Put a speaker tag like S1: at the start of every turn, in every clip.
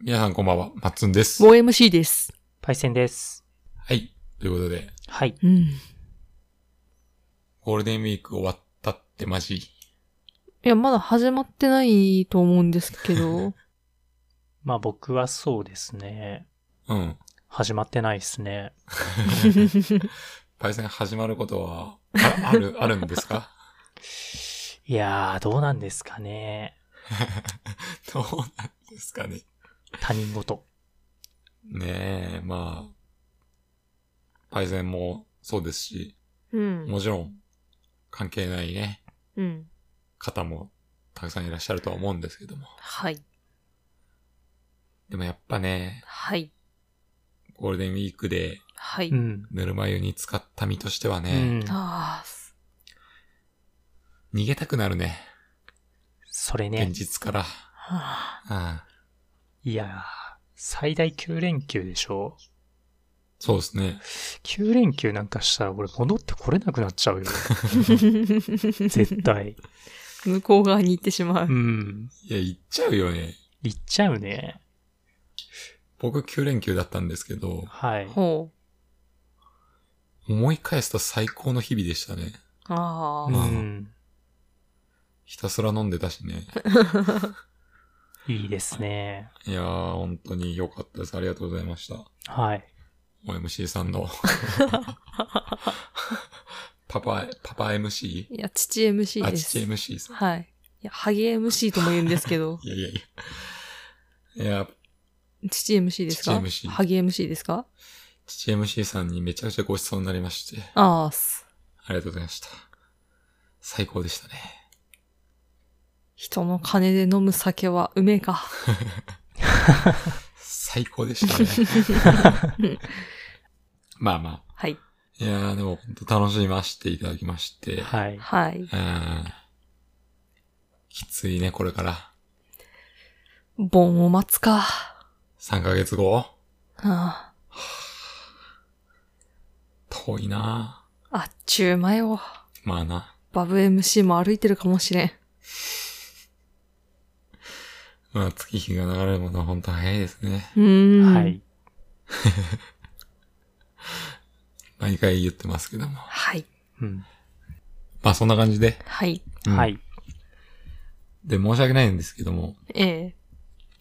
S1: 皆さんこんばんは、まっつんです。
S2: もう MC です。
S3: パイセンです。
S1: はい。ということで、
S3: はい。
S2: うん。い
S1: ゴールデンウィーク終わったってマジ。
S2: や、まだ始まってないと思うんですけど。
S3: まあ僕はそうですね。
S1: うん。
S3: 始まってないですね。
S1: パイセン始まることは、あある、あるんですか
S3: いやー、どうなんですかね。
S1: どうなんですかね。
S3: 他人事。
S1: ねえ、まあ、パイセンもそうですし、
S2: うん。
S1: もちろん、関係ないね、
S2: うん。
S1: 方もたくさんいらっしゃるとは思うんですけども。
S2: はい。
S1: でもやっぱね、
S2: はい。
S1: ゴールデンウィークで
S2: はい。
S3: うん。
S1: ぬるま湯に浸かった身としては
S3: う
S1: ね、
S3: ん。
S2: ああ、
S1: 逃げたくなるね。
S3: それ
S1: 現
S3: ね。
S1: 実から。
S2: はあ
S1: うん。
S3: いやー、最大9連休でしょ
S1: そうですね。
S3: ?9 連休なんかしたら俺戻ってこれなくなっちゃうよ。絶対。
S2: 向こう側に行ってしまう
S3: う。ん。
S1: いや、行っちゃうよね。
S3: 行っちゃうね。
S1: 僕9連休だったんですけど、
S3: はい。
S2: ほ
S1: 思い返すと最高の日々でしたね。
S2: う。あ
S3: う
S2: あ。
S3: ん。
S1: ひたすら飲んでたしね。
S3: いいですね。
S1: いやー、本当に良かったです。ありがとうございました。
S3: はい。
S1: OMC さんの。パパ、パパ MC?
S2: いや、父 MC
S1: あ、
S2: で
S1: 父
S2: す。
S1: MC さん。
S2: はい。いや、ハゲ MC とも言うんです
S1: 、
S2: けど
S1: いやいやいや。いや、
S2: 父 MC ですか
S1: 父 MC
S2: ハゲ MC ですか
S1: 父 MC さんにめちゃくちゃごちそうになりまして、
S2: ああ、す。
S1: ありがとうございました。最高でしたね。
S2: 人の金で飲む酒はうめえか。
S1: 最高で したね。まあまあ。
S2: はい。
S1: いやー、でも本当楽しみましていただきまして。
S3: はい。
S2: はい。
S1: うん。きついね、これから。
S2: 盆を待つか。
S1: 3ヶ月後
S2: あ
S1: 遠いな
S2: あ、あっちゅう前を。
S1: まあな。
S2: バブ MC も歩いてるかもしれん。
S1: まあ、月日が流れるものは本当早いですね。
S2: うーん。
S3: は。い。
S1: 毎回言ってますけども。
S2: はい。
S3: うん。
S1: まあ、そんな感じで。
S2: はい。
S1: うん
S3: は。い。
S1: で、申し訳ないんですけども、
S2: え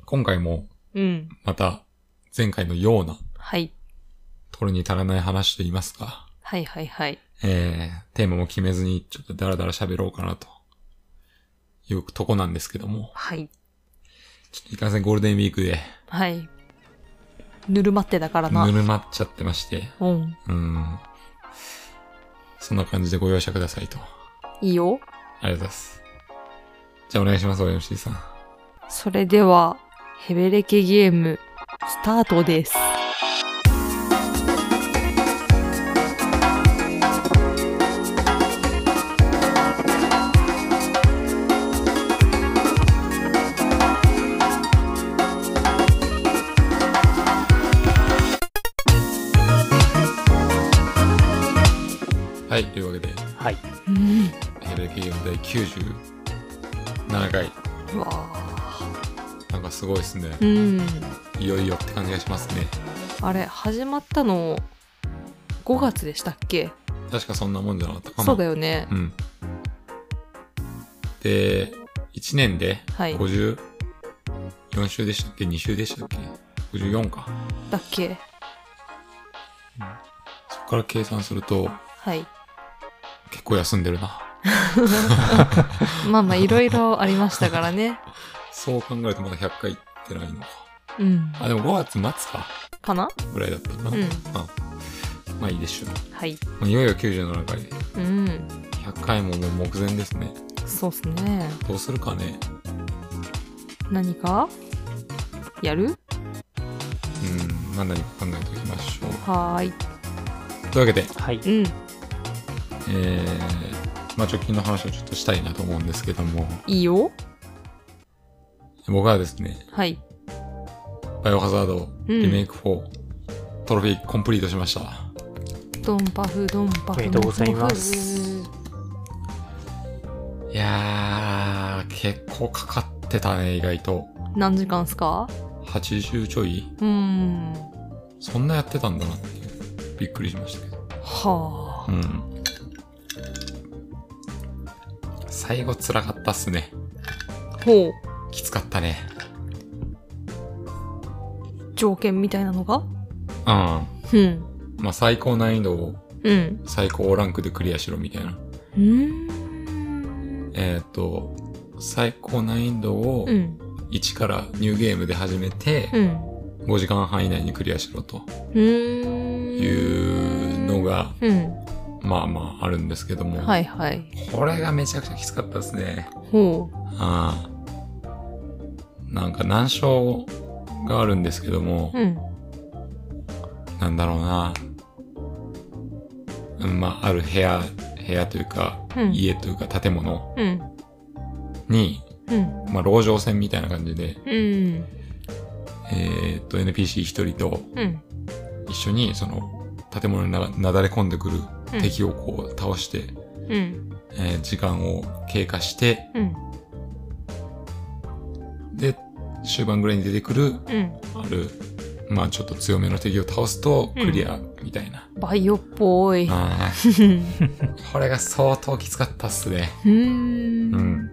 S1: 今回も、
S2: えうん。
S1: また、前回のような、
S2: はい。
S1: 取るに足らない話と言いますか、
S2: はいはいはい。
S1: えー、テーマも決めずに、ちょっとダラダラ喋ろうかなと、いうとこなんですけども、
S2: はい。
S1: ちょっといかんせんゴールデンウィークで、
S2: はい。ぬるまってだからな。
S1: ぬるまっちゃってまして、
S2: うん。
S1: うん。そんな感じでご容赦くださいと。
S2: いいよ。
S1: ありがとうございます。じゃあお願いします、OMC さん。
S2: それでは、ヘベレケゲーム、スタートです。
S1: はい、というわけで、
S3: はい。
S2: うん。
S1: ヘベレケゲーム第97回。
S2: うわあ
S1: なんかすごいですね。
S2: うん。
S1: いよいよって感じがしますね。
S2: あれ、始まったの、5月でしたっけ
S1: 確かそんなもんじゃなかったかな。
S2: そうだ
S1: よ。
S2: よね
S1: う。ん。で、1年で
S2: はい
S1: 54週でしたっけ ?2 週でしたっけ ?54 か。
S2: だっけ
S1: そこから計算すると、
S2: はい。
S1: 結構休んでるな。
S2: まあまあ、いろいろありましたからね。
S1: そう考えるとまだ100回行ってないのか。
S2: うん。
S1: あ、でも5月末か
S2: かな
S1: ぐらいだったかな。
S2: うん
S1: うんまあいいでしょう。
S2: はい。
S1: まあいよいよ97回で。
S2: うん。
S1: 100回ももう目前ですね。
S2: そうっすね。
S1: どうするかね。
S2: 何かやる
S1: うん、まあ何か考えておきましょう。
S2: はーい。
S1: というわけで、
S3: はい。
S2: うん。
S1: えー、まあ直近の話をちょっとしたいなと思うんですけども、
S2: いいよ。
S1: 僕はですね、
S2: はい。
S1: バイオハザード
S2: うん
S1: リメイク4、トロフィーコンプリートしました。
S2: ドンパフ、ドンパフ。
S3: おめでとうございます
S2: ドンパ
S1: いやー、結構かかってたね、意外と。
S2: フ。何時間っすか
S1: 8 80ちょい
S2: うん。
S1: そんなやってたんだなっていうびっくりしましたけど。
S2: はあ。
S1: うん。最後辛かったっすね。
S2: ほう。
S1: きつかったね。
S2: 条件みたいなのが
S1: うん。
S2: うん。
S1: まあ、最高難易度を
S2: うん。
S1: 最高ランクでクリアしろみたいな。
S2: うーん。
S1: えっ、と、最高難易度を
S2: うん。
S1: 1からニューゲームで始めて、
S2: うん。
S1: 5時間半以内にクリアしろと
S2: うーん。
S1: いうのが、
S2: うん。
S1: まあまああるんですけども、
S2: はいはい。
S1: これがめちゃくちゃきつかったですね。
S2: ほ
S1: ああ。なんか難所があるんですけども
S2: う。、うん。
S1: なんだろうな。うんまあ、ある部屋、部屋というか、
S2: うん。
S1: 家というか建物
S2: うん。
S1: に、
S2: うん。
S1: まあ、籠城戦みたいな感じで、
S2: うん。
S1: えーっと、NPC 一人と
S2: うん。
S1: 一緒に、その、建物にななだれ込んでくる
S2: うん
S1: 敵をこう倒して、
S2: うん。
S1: えー時間を経過して、
S2: うん。
S1: で、終盤ぐらいに出てくる、
S2: うん。
S1: ある、まあちょっと強めの敵を倒すと、
S2: うん
S1: クリア、みたいな。
S2: バイオっぽい。
S1: あー
S2: うん。
S1: これが相当きつかったっすね。
S2: う。
S1: うんん。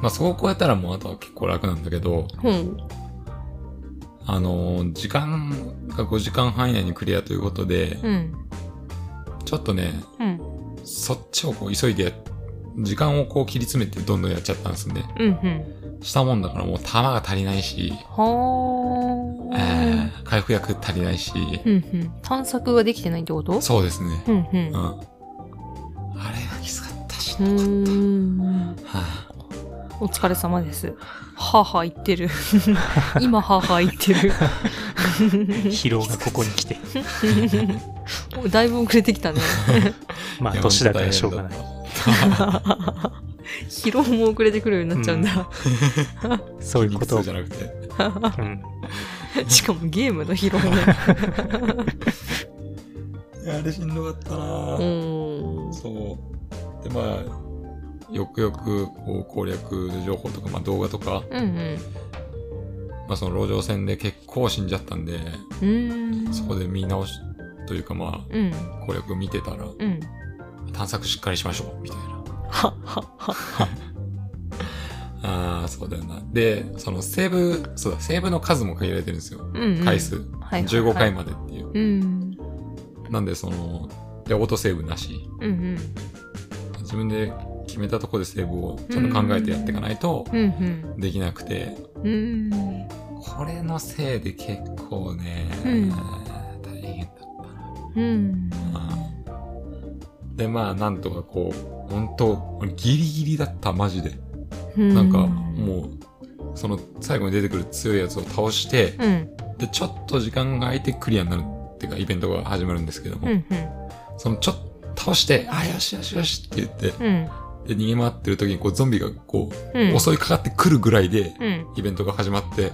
S1: まあ、そこを超えたらもうあとは結構楽なんだけど、
S2: ほう。
S1: あのー時間が5時間半以内にクリアということで、
S2: うん。
S1: ちょっとね、
S2: うん。
S1: そっちをこう急いでや、時間をこう切り詰めてどんどんやっちゃったんですね。
S2: うん。うん。
S1: したもんだからもう弾が足りないし、
S2: は
S1: え
S2: あ。
S1: ー、回復薬足りないし、
S2: うん。うん。探索ができてないってこと
S1: そうですね。
S2: うん。う
S1: うんん。。あれがきつかったし
S2: う
S1: な、は
S2: ん。
S1: あ、
S2: お疲れ様です。はあはあ言っ てる。今はあはあ言ってる。
S3: 疲労がここに来て。
S2: おだいぶ遅れてきたね。
S3: まあ、
S1: いや
S3: 年だからしょうがない。。
S2: 疲労も遅れてくるようになっちゃうんだ。
S3: そういう
S1: 本
S3: こ
S1: 当
S3: と
S1: に大変だ筋肉痛じゃなくて。
S3: うん。
S2: しかもゲームの疲労ね。
S1: いや、あれしんどかったな
S2: うーん。
S1: そう。で、まあ、よくよく、こう、攻略情報とか、まあ、動画とか、
S2: うんうん。
S1: まあ、その、籠城戦で結構死んじゃったんで、
S2: うーん。
S1: そこで見直し、というか、ま
S2: うん。
S1: あ、攻略見てたら、
S2: うん。
S1: 探索しっかりしましょう、みたいな。
S2: はっはっは。
S1: ああ、そうだよな。で、その、セーブ、そうだ、セーブの数も限られてるんですよ。
S2: うん、うん。
S1: 回数。
S2: はいはいはい
S1: 15回までっていう。
S2: うん。
S1: なんで、その、で、オートセーブなし。
S2: うんうん。
S1: 自分で決めたとこでセーブをちゃんと考えてやっていかないと、
S2: うん
S1: できなくて、
S2: うん。うん。
S1: これのせいで結構ね、
S2: うん
S1: 大変だったな。
S2: うん。
S1: で、まあ、なんとかこう、本当ギリギリだった、マジで。
S2: うん。
S1: なんか、もう、その、最後に出てくる強いやつを倒して、
S2: うん。うん。
S1: で、ちょっと時間が空いてクリアになるっていうか、イベントが始まるんですけども、
S2: うん。
S1: その、ちょっと倒して、あ、よしよしよしって言って、
S2: うん。
S1: で、逃げ回ってる時に、こう、ゾンビがこう、
S2: うん。
S1: 襲いかかってくるぐらいで、
S2: うん。
S1: イベントが始まって、危ね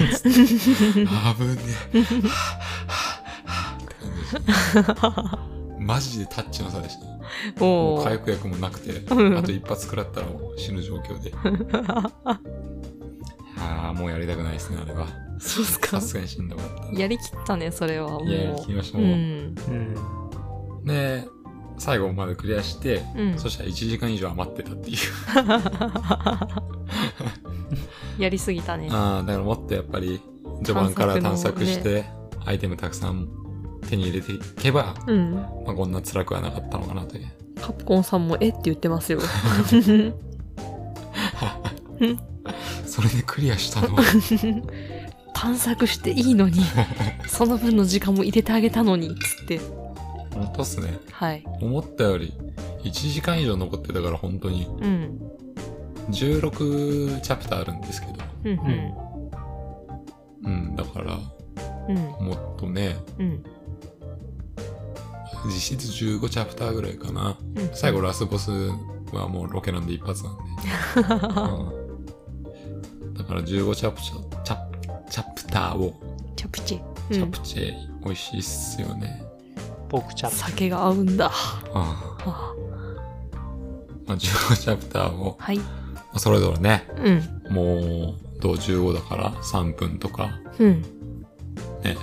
S1: えっつって、危ねえ。はぁはぁはぁって感じでしたマジでタッチの差でした。も
S2: お
S1: う
S2: ー
S1: 回復薬もなくて、
S2: うん
S1: あと一発食らったらもう死ぬ状況で。ああ、もうやりたくないですね、あれは。
S2: そうっす
S1: さ。
S2: か
S1: すがにしんどかった。
S2: やりきったね、それは。もう。
S1: いややりきりました
S2: う
S1: もう。
S2: ん。
S3: うん。
S1: で、最後までクリアして、
S2: うん。
S1: そしたら1時間以上余ってたっていう。
S2: やりすぎたね。
S1: ああ、だからもっとやっぱり、序盤から探
S2: 探索
S1: 索
S2: のね
S1: して、アイテムたくさん手に入れていけば、
S2: うん。
S1: まあ、こんな辛くはなかったのかなという。
S2: カプコンさんもえって言ってますよ。
S1: それでクリアした のは、
S2: 探索していいのに、その分の時間も入れてあげたのに、つって。
S1: 本当っすね。
S2: はい。
S1: 思ったより、1時間以上残ってたから本当に、
S2: うん。
S1: 16チャプターあるんですけど、
S2: うん。うん。
S1: うん、だから、
S2: うん。
S1: もっとね、
S2: うん。
S1: 実質15チャプターぐらいかな。
S2: うん
S1: 最後ラスボスはもうロケなんで一発なんで。うんだから15チャプチャ、チャ、チャプターを、
S2: チャプチ。う
S1: チャ
S2: ん
S1: プ。チェ、美味しいっすよね。
S3: ポークチャップ。
S2: 酒が合うんだ。
S1: あ
S2: は
S1: まあ、15チャプターを、
S2: あはい。
S1: まあそれぞれね、
S2: うん。
S1: もう、と15だから3分とか
S2: うん。
S1: ね、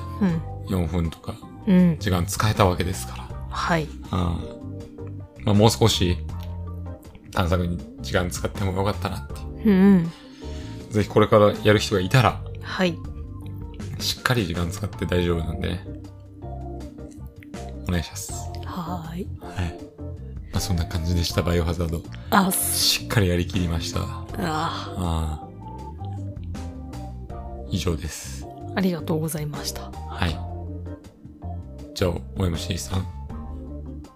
S2: うん。
S1: 4分とか
S2: うん。
S1: 時間使えたわけですか
S2: はい。
S1: ら。うん。まあもう少し探索に時間使ってもよかったなって。
S2: うん。
S1: ぜひこれからやる人がいたら、
S2: はい。
S1: しっかり時間使って大丈夫なんでね。お願いします。
S2: はーい。
S1: はい。まあそんな感じでした、バイオハザード。
S2: あっす。
S1: しっかりやりきりました。
S2: あ
S1: あー以上です。
S2: ーありがとうございました。
S1: はい。じゃあ、OMC さん。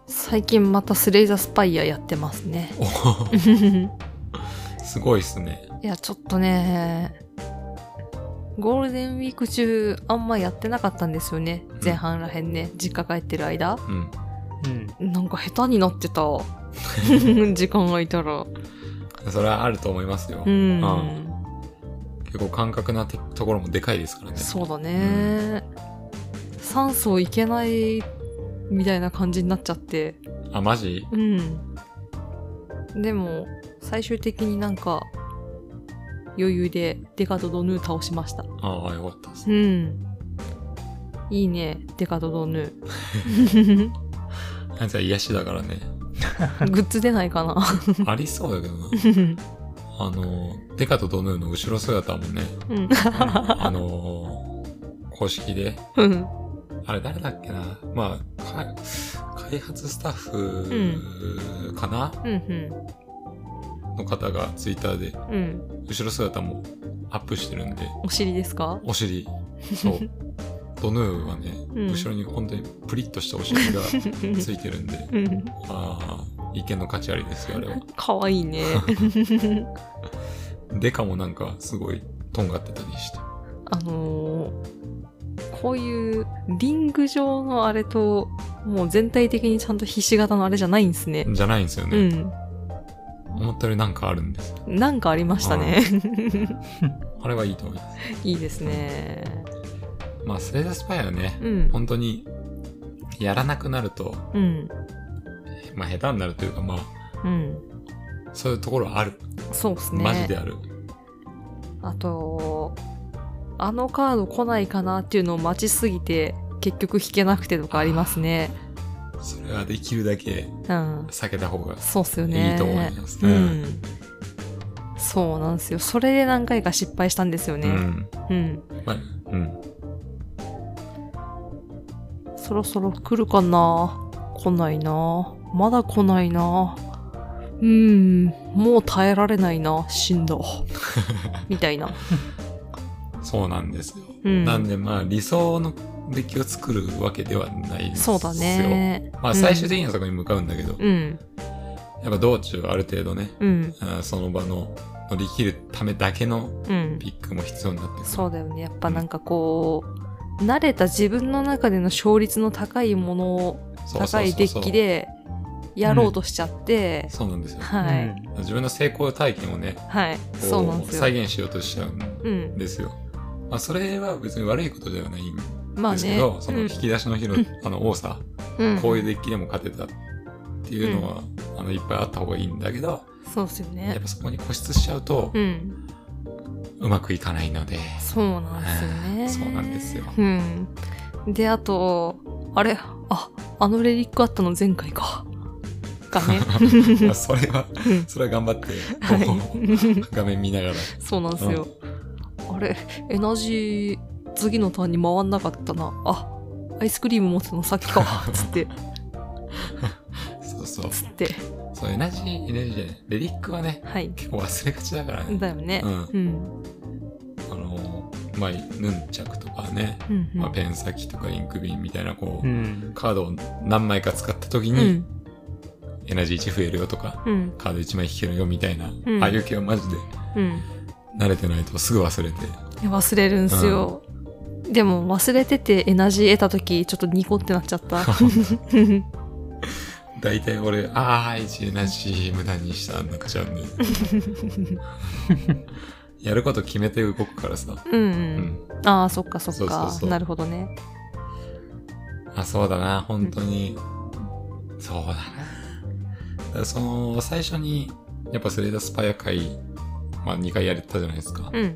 S2: 最近またスレイザースパイアやってます ね。
S1: おー すごいっすね。
S2: いや、ちょっとね、ゴールデンウィーク中、あんまやってなかったんですよね。前半らへんね、実家帰ってる間。
S1: うん。
S3: うん。
S2: なんか下手になってた。 時間がいたら。
S1: それはあると思いますよ。
S2: うん。
S1: あ結構感覚なてところもでかいですからね。
S2: そうだね。酸素いけないみたいな感じになっちゃって。
S1: あ、マジ
S2: うん。でも、最終的になんか、余裕でデカドドヌー倒しました。
S1: ああ、よかったです
S2: う。ん。いいね、デカドドヌ ー。
S1: あいつは癒しだからね。
S2: グッズ出ないかな。
S1: ありそうだけどな。
S2: うん。
S1: あの、デカとドヌーの後ろ姿 もね、
S2: うん
S1: あの公式で、
S2: うん。
S1: あれ誰だっけなまあ、か開発スタッフかな、
S2: うん。
S1: の方がツイッターで
S2: うん。
S1: 後ろ姿もアップしてるんで、
S2: お尻ですか
S1: お尻、 そう。ドヌーはね、
S2: うん
S1: 後ろに本当にプリッとしたお尻がついてるんで、
S2: うん。
S1: ああ、一見の価値ありですよ、あれは。
S2: かわいいね。
S1: デカもなんかすごいとんがってたりして。
S2: あのーこういうリング状のあれと、もう全体的にちゃんとひし形のあれじゃないんですね。
S1: じゃないんですよ
S2: う
S1: ね。
S2: ん。
S1: 思ったよりなんかあるんですよ。
S2: なんかありましたね。
S1: あれはいいと思います。
S2: いいですね。
S1: まあ、スレイザースパイはね、
S2: うん。
S1: 本当にやらなくなると、
S2: うん。
S1: まあ、下手になるというか、まあ、
S2: うん。
S1: そういうところはある。
S2: そうですね。
S1: マジである。
S2: あと、あのカード来ないかなっていうのを待ちすぎて、結局引けなくてとかありますね。
S1: それはできるだけ
S2: うん。
S1: 避けた方が
S2: そうっすよね。
S1: いいと思います
S2: う
S1: ね。
S2: ん。そうなんですよ。それで何回か失敗したんですよ
S1: う
S2: ね。
S1: ん。
S2: うん。
S1: まあ、うん。
S2: そろそろ来るかな来ないなまだ来ないなうーん、もう耐えられないな死ん だ。みたいな。
S1: そうなんですよ。
S2: うん
S1: なんで、まあ、理想のデッキを作るわけではないです
S2: そ
S1: よ。
S2: うだ。ね。
S1: まあ、最終的にはそこに向かうんだけど、
S2: うん、
S1: やっぱ道中はある程度ね、
S2: うん、
S1: あーその場の乗り切るためだけの
S2: うん。
S1: ピックも必要になってくる。
S2: そうだよね。やっぱなんかこう、慣れた自分の中での勝率の高いものを、
S1: そうそ
S2: 高
S1: うそうそう
S2: いデッキ。でやろうとしちゃって、
S1: そうなんですよ。
S2: は
S3: う
S2: い、
S3: ん
S1: 自分の成功体験をね、
S2: はい、
S1: こう
S2: そうなんですよ。
S1: 再現しようとしちゃうん
S2: うん、
S1: ですよ。まあ、それは別に悪いことではないんで
S2: まあね。
S1: すけど、その
S2: う
S1: 引
S2: ん
S1: き出しの日の,、あの多さ、
S2: うん
S1: こういうデッキでも勝てたっていうのは、あのいっぱいあった方がいいんだけど、
S2: そうですよ
S1: やっ
S2: ね。
S1: ぱそこに固執しちゃうと、
S2: うん。
S1: うまくいかないの で、
S2: そうなんですよ ね。
S1: そうなんですよ
S2: うん。で、あと、あれあ、あのレリックあったの前回か。画 面。
S1: まあそれは、
S2: うん
S1: それは頑張って、こう
S2: はい。
S1: 画面見ながら、
S2: そうなんですよ。あれエナジー、次のターンに回んなかったな。あ、アイスクリーム持ってたのさっきか。 つって、
S1: そうそう。
S2: つって。
S1: そう、エナジー、エナジーじゃない、レリックはね、
S2: はい。
S1: 結構忘れがちだからね。
S2: だよね
S1: う。
S2: うん。
S1: あの、まあ、ヌンチャクとかね、
S2: うん。
S1: まあ、ペン先とかインク瓶みたいな、こう、
S3: うん。
S1: カードを何枚か使った時
S2: う
S1: に、
S2: ん。
S1: エナジー1増えるよとか、
S2: うん。
S1: カード1枚引けるよみたいな、
S2: うん
S1: ああいう系はマジで
S2: うん。
S1: 慣れてないとすぐ忘れて。
S2: 忘れるんすよ。でも忘れててエナジー得た時ちょっとニコってなっち ゃった。
S1: 大体俺、ああ、1エナジー無駄にしたんなっちゃうんで。 やること決めて動くからさ。
S2: うん、う。
S1: うんん。
S2: ああ、そっかそっか。
S1: そうそうそう
S2: なるほどね。
S1: あ、そうだな、本当に。そうだな。だからその、最初に、やっぱスレイダースパイア会、まあ2回やれたじゃないですか。
S2: うん。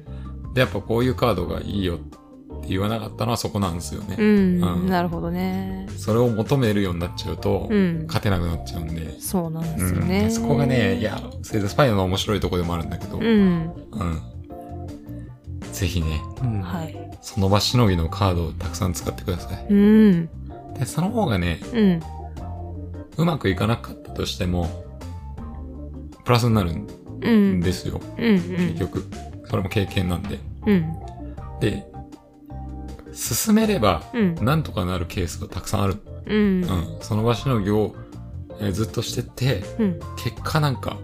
S1: で、やっぱこういうカードがいいよって言わなかったのはそこなんですよ
S2: う
S1: ね。
S2: ん、
S1: うん
S2: なるほどね。
S1: それを求めるようになっちゃうと、
S2: うん。
S1: 勝てなくなっちゃうんで。
S2: そうなんですよね。
S1: うん、そこがね、いや、スレイドスパイの面白いとこでもあるんだけど、う。
S2: うんん。
S1: ぜひね、
S3: うん
S2: はい。
S1: その場しのぎのカードをたくさん使ってください。
S2: うん。
S1: で、その方がね、
S2: うん。
S1: うまくいかなかったとしても、プラスになるん
S2: うん。
S1: ですよ、
S2: うん。
S1: 結局。それも経験なんで。
S2: うん。うん。
S1: で、進めれば、
S2: うん。
S1: なんとかなるケースがたくさんある。
S2: うん。
S1: うん。その場しのぎを、えーずっとしてって、
S2: うん。
S1: 結果なんか、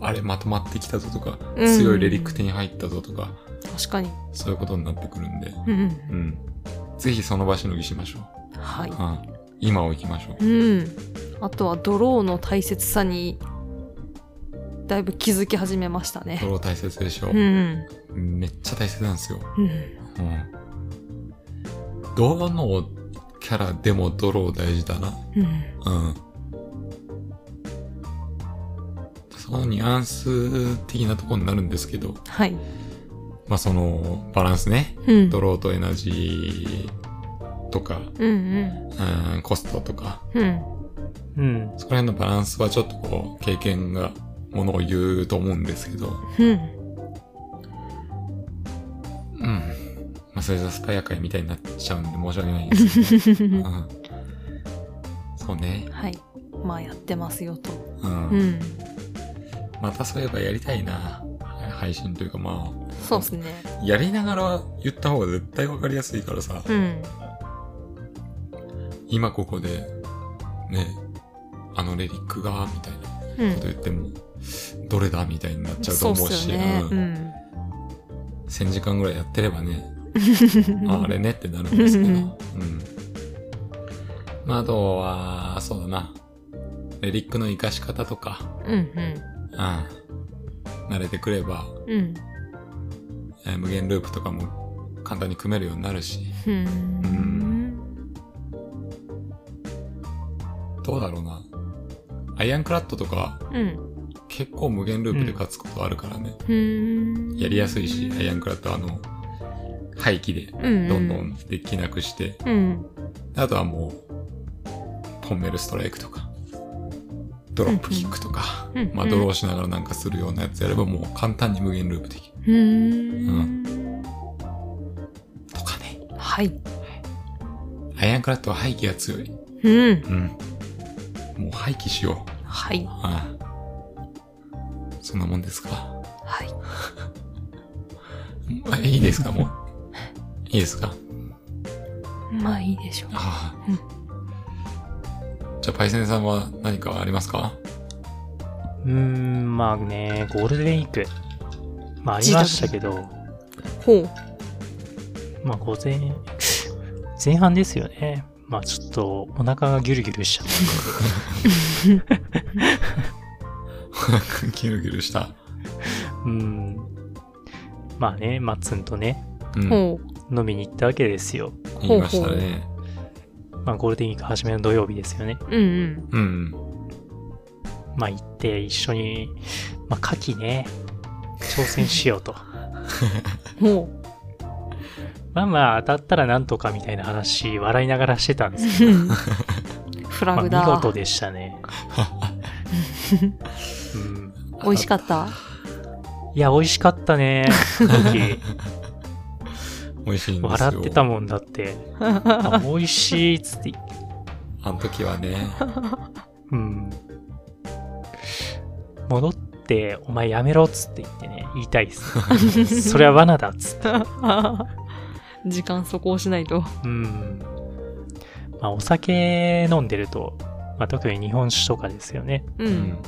S1: あれまとまってきたぞとか、
S2: うん
S1: 強いレリック手に入ったぞとか、
S2: 確かに。
S1: そういうことになってくるんで、
S2: うん。
S1: うん。ぜひその場しのぎしましょ。。
S2: はいう
S1: うん。今を生きましょう。
S2: うん。あとはドローの大切さに、だいぶ気づき始めました
S1: そ
S2: ね。
S1: れ大切でしょ
S2: う。ん。
S1: めっちゃ大切なんですよ。
S2: うん。
S1: うん。どのキャラでもドロー大事だな。
S2: うん。
S1: うん。そのニュアンス的なところになるんですけど、
S2: はい。
S1: まあそのバランスね、
S2: うん。
S1: ドローとエナジーとか、
S2: うん
S1: うん、コストとか、
S2: うん。うん。
S3: うん。
S1: そこら辺のバランスはちょっとこう、経験がものを言うと思うんですけど、
S2: うん。
S1: うん。まあそれじゃスパイア会みたいになっちゃうんで申し訳ないん ですけど、うん。そうね。
S2: はい。まあやってますよと。
S1: うん。
S2: うん。
S1: またそういえばやりたいな。配信というかまあ、
S2: そうですね。
S1: やりながら言った方が絶対わかりやすいからさ、
S2: うん。
S1: 今ここで、ね、あのレリックが、みたいなこ
S2: う
S1: と
S2: ん。
S1: 言っても、どれだみたいになっちゃうと
S2: そうっ
S1: 思う
S2: す
S1: し、
S2: よね。
S1: う
S2: うんん。
S1: 1000時間ぐらいやってれば ね、ああれねってなるんですけど、
S2: う
S1: うんん。まあ、あとは、そうだな、レリックの活かし方とか、
S2: うん
S1: うん。慣れてくれば、
S2: うん。うん。
S1: えー無限ループとかも簡単に組めるようになるし、
S2: うん。
S1: どうだろうな。アイアンクラッドとか、
S2: うん。
S1: 結構無限ループで勝つことあるからね。
S2: うん。
S1: やりやすいし、アイアンクラッドあの、廃棄で、
S2: うん。
S1: どんど。んできなくして、
S2: うん。
S1: あとはもう、ポンメルストライクとか、ドロップキックとか、
S2: うん
S1: まあドローしながらなんかするようなやつやればもう簡単に無限ループできる。
S2: うん。
S1: とかね。
S2: はい。
S1: アイアンクラッドは廃棄が強い。
S2: うん。
S1: うん。もう廃棄しよう。
S2: はい。
S1: ああそんなもんですか。
S2: はい。
S1: あいいですか、もう。いいですか。
S2: まあいいでしょう。
S1: ああ
S2: うん
S1: じゃあ、パイセンさんは何かあります か
S3: うーん、まあね、ゴールデンウィーク。まあありましたけど、
S2: ほう。
S3: まあ午前、前半ですよね。まあちょっとお腹がギュルギュルしちゃった。
S1: ギルギルした。
S3: うん。まあね、マッツンとね、
S1: うん。
S2: ほ
S3: 飲みに行ったわけですよ。
S1: 言いましたね。
S3: まあゴールデンウィーク初めの土曜日ですよね。
S2: う。うん
S1: うん。
S3: まあ行って一緒に、まあ牡蠣ね、挑戦しようと。
S2: うん。ほう。
S3: まあまあ当たったらなんとかみたいな話、笑いながらしてたんですけ
S2: フ
S3: ど、
S2: ラ
S3: まあ
S2: グだ。
S3: 見事でしたね。うん。
S2: 美味しか った。
S3: いや、美味しかったね、牡蠣。
S1: 美味しいんですよ。
S3: 笑ってたもんだって。あ美味しいっつって。
S1: あの時はね。
S3: うん。戻って、お前やめろっつって言ってね、言いたいっす。それは罠だっつって。
S2: 時間そこをしないと。
S3: うん。まあ、お酒飲んでると、まあ、特に日本酒とかですよね。
S2: う。。
S1: うん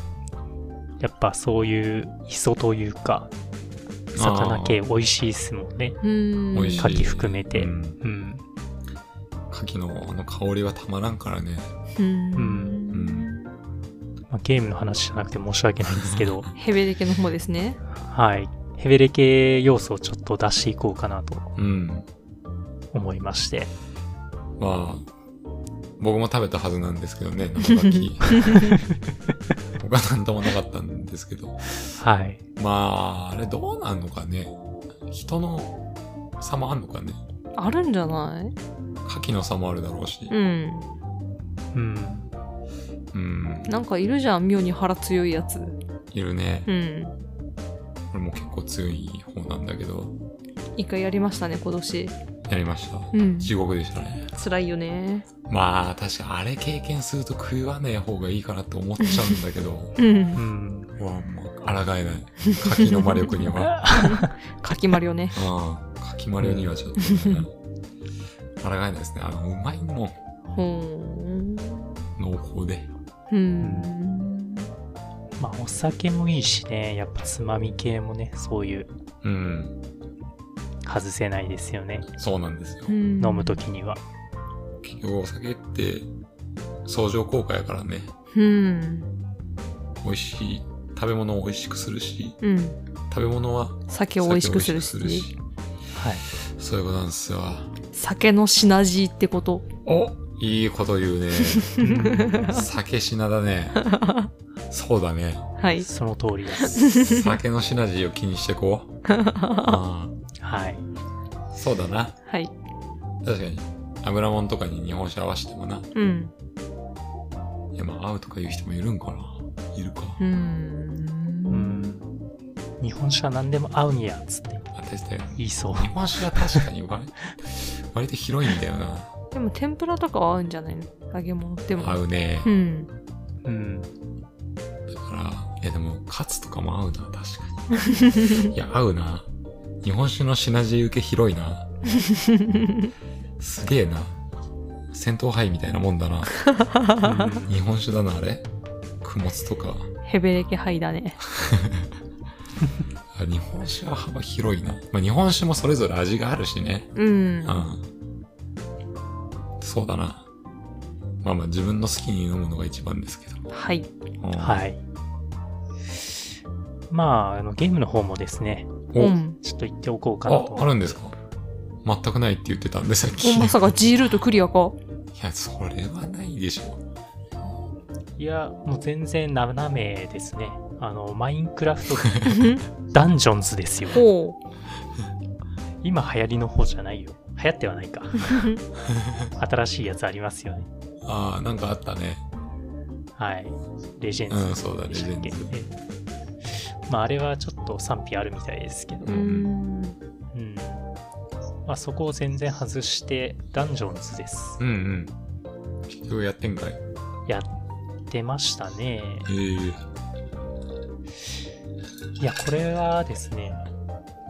S3: やっぱそういう磯というか、魚系美味しいっすもんね。
S2: うん。
S1: 美味しい。
S3: 牡蠣含めて
S1: うん
S3: うん。
S1: 牡蠣のあの香りはたまらんからね。
S2: うん。
S3: まあ、ゲームの話じゃなくて申し訳ないんですけど、
S2: ヘベレケの方ですね。
S3: はい。ヘベレ系要素をちょっと出していこうかなと
S1: うん。
S3: 思いまして。
S1: まあ、僕も食べたはずなんですけどね、生牡蠣。僕は何ともなかったんですけど。
S3: はい。
S1: まあ、あれどうなんのかね。人の差もあんのかね
S2: あるんじゃない
S1: 牡蠣の差もあるだろうし
S2: うん。
S3: うん。
S1: うん
S2: なんかいるじゃん、妙に腹強いやつ。
S1: いるね
S2: うん。
S1: 俺も結構強い方なんだけど
S2: 一回やりましたね、今年。
S1: やりました
S2: うん。
S1: 地獄でしたね
S2: 辛いよね。
S1: まあ確かあれ経験すると食わねえ方がいいかなって思っちゃうんだけ ど
S2: うん
S3: う。ん。
S1: うわもう抗えない牡蠣の魔力に は
S2: かきまりよね。
S1: ああ、かきまりにはちょっとね、抗えないですね。あの、うまいもん、
S2: ほーん。
S1: 濃厚で。
S2: うん。
S3: まあ、お酒もいいしね、やっぱつまみ系もね、そういう、
S1: うん、
S3: 外せないですよね。
S1: そうなんですよ。
S2: 飲
S3: 飲むと。きには。
S1: 結局お酒って、相乗効果やからね、
S2: うん。
S1: 美味しい、食べ物を美味しくするし、
S2: うん。
S1: 食べ物は
S2: 酒を美味しくするし。
S1: 酒を美味しく
S3: はい。
S1: するしそういうことなんですよ。
S2: 酒のシナジーってこと。
S1: おいいこと言うね。酒品だね。そうだね。
S2: はい。
S3: その通りです。
S1: 酒のシナジーを気にしてこう。あ
S3: はい。
S1: あそうだな。
S2: はい。
S1: 確かに。油もんとかに日本酒合わせてもな。
S2: うん。
S1: いや、まあ、合うとか言う人もいるんかな。いるか。
S2: う。
S3: うんん。日本酒は何でも合うんや、つって
S1: あ、確かに。
S3: 言いそう。
S1: 日本酒は確かに割割と広いんだよな。
S2: でも天ぷらとかは合うんじゃないの揚げ物でも。
S1: 合うね
S2: う。ん。
S3: うん。
S1: だから、いやでも、カツとかも合うな、確かに。いや、合うな。日本酒のシナジー受け広いな。すげえな。戦闘杯みたいなもんだな。
S3: うん
S1: 日本酒だな、あれ。供物とか。
S2: ヘベレケハイだね。
S1: あ日本酒は幅広いな。まあ、日本酒もそれぞれ味があるしね。
S2: うん。
S1: うん。そうだな。まあまあ自分の好きに飲むのが一番ですけど。
S2: はい。
S1: い。
S3: はい。まあ、あのゲームの方もですね、
S1: お、
S2: うん。
S3: ちょっと言っておこうかなと。
S1: あ、あるんですか全くないって言ってたんでさっき。
S2: おまさか G ルートクリアか。
S1: いや、それはないでしょ。
S3: いや、もう全然斜めですね。あの、マインクラフト ダンジョンズですよ。
S2: ほう。
S3: 今流行りの方じゃないよ。流行ってはな いか。新しいやつありますよね。
S1: ああ、なんかあったね。
S3: はい。レジェンズ。
S1: うん、そうだ、レ
S3: で
S1: ジ
S3: した
S1: ェ
S3: っ
S1: ン
S3: け
S1: ズ。
S3: ええまあ、あれはちょっと賛否あるみたいですけど
S2: う
S1: う、
S2: ん
S1: ん。
S3: うん。まあ、そこを全然外して、ダンジョンズです。
S1: うんうん。結局やってんかい。え
S3: やってましたね。
S1: え
S3: いや、これはですね、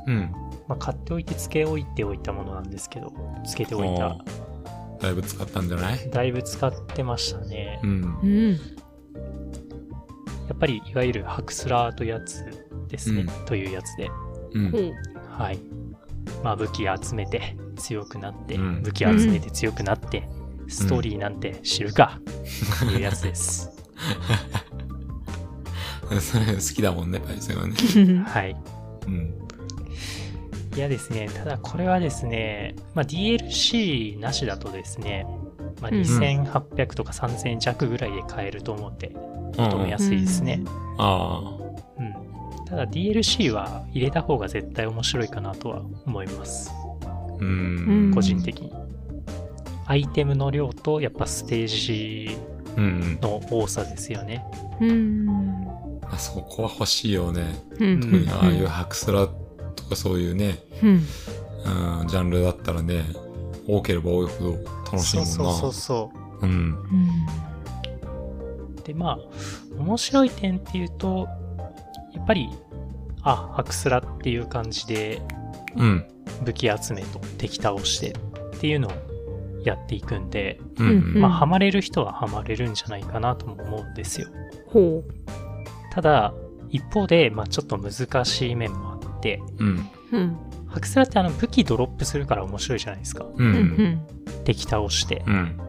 S1: うん。
S3: まあ、買っておいて付け置いておいたものなんですけど、付けておいた
S1: あ。ーだいぶ使ったんじゃない
S3: だいぶ使ってましたね
S1: う。。
S2: うんん。
S3: やっぱりいわゆるハクスラーというやつですね、
S1: う
S3: というやつで、
S1: うん
S2: ほ。う。
S3: はい。まあ武器集めて強くなって、
S1: うん
S3: 武器集めて強くなって、ストーリーなんて知るか、というやつです。
S1: それ 好きだもんね、パイセンはね。
S3: はい。
S1: うん。
S3: いやですね、ただこれはですね、まあ、DLC なしだとですね、まあ、
S2: うん
S3: 2800とか3000弱ぐらいで買えると思って、
S1: うん
S3: とも
S1: うん、あ
S3: 安いですね。
S1: あ。
S3: うん。ただ DLC は入れた方が絶対面白いかなとは思います。
S1: う
S2: うん
S1: ん。
S3: 個人的に。アイテムの量とやっぱステージ
S1: うんうん。
S3: の多さですよね。
S2: うん。
S1: まあ、そこは欲しいよね。
S2: うん。うん。
S1: 特にああいうハクスラとかそういうね、
S2: うん。
S1: うん、ジャンルだったらね、多ければ多いほど楽しい
S3: そ
S1: も
S3: うん
S1: な。
S3: そうそうそ
S1: うん。
S2: うん。
S3: う。でまあ面白い点っていうとやっぱりあハクスラっていう感じで
S1: うん。
S3: 武器集めと敵倒してっていうのをやっていくんで、
S1: うん。うん。
S3: まあ
S2: うん
S3: ハマれる人はハマれるんじゃないかなとも思うんですよ。
S2: ほ
S3: ただ一方で、まあ、ちょっと難しい面もあって
S1: うん。
S2: う。うん。
S3: ハクスラってあの武器ドロップするから面白いじゃないですか
S1: う。
S2: うんん。
S3: 敵倒して
S1: うん。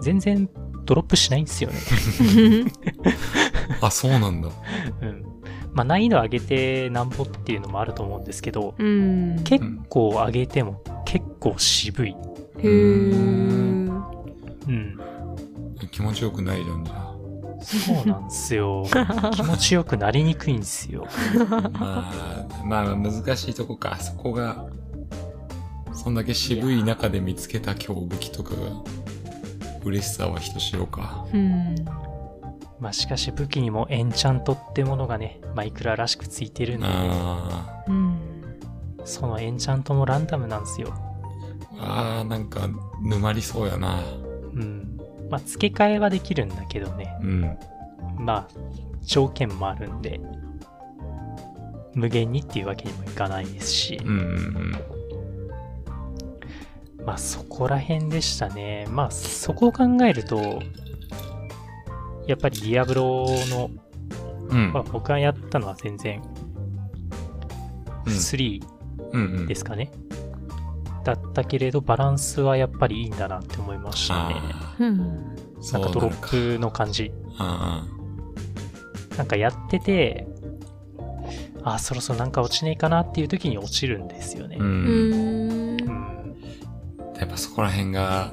S3: 全然ドロップしないんですよね、
S1: あ、そうなんだ。
S3: うんまあ、難易度上げてなんぼっていうのもあると思うんですけど
S2: うん。
S3: 結構上げても結構渋い、
S2: へー
S3: うん、
S1: 気持ちよくないじゃん、じゃあ。
S3: そうなんですよ。気持ちよくなりにくいんですよ。
S1: まあ、まあ難しいとこか。そこが、そんだけ渋い中で見つけた強武器とかが、嬉しさはひとしおか。
S2: うん。
S3: まあしかし武器にもエンチャントってものがね、マイクラらしくついてるんで、
S1: あ
S2: うん。
S3: そのエンチャントもランダムなんですよ。
S1: ーあー、なんか、沼りそうやな。
S3: うん。まあ付け替えはできるんだけどね、
S1: うん。
S3: まあ条件もあるんで、無限にっていうわけにもいかないですし、
S1: うんうん
S3: まあそこら辺でしたね。まあそこを考えると、やっぱりディアブロの、
S1: うん。
S3: まあ、僕がやったのは全然
S1: うん
S3: 3
S1: うんうん。
S3: ですかね、だったけれどバランスはやっぱりいいんだなって思いましたね。
S1: あ
S2: うん。
S1: ー
S3: な
S1: そ
S3: ん
S1: う
S3: か
S1: な
S3: ドロ
S1: んか。
S3: ップの感じ。
S1: あ
S3: なんかやってて、あ、そろそろなんか落ちねえかなっていう時に落ちるんですよね。
S1: ーう。
S2: うん。
S3: うんん
S1: やっぱそこら辺が、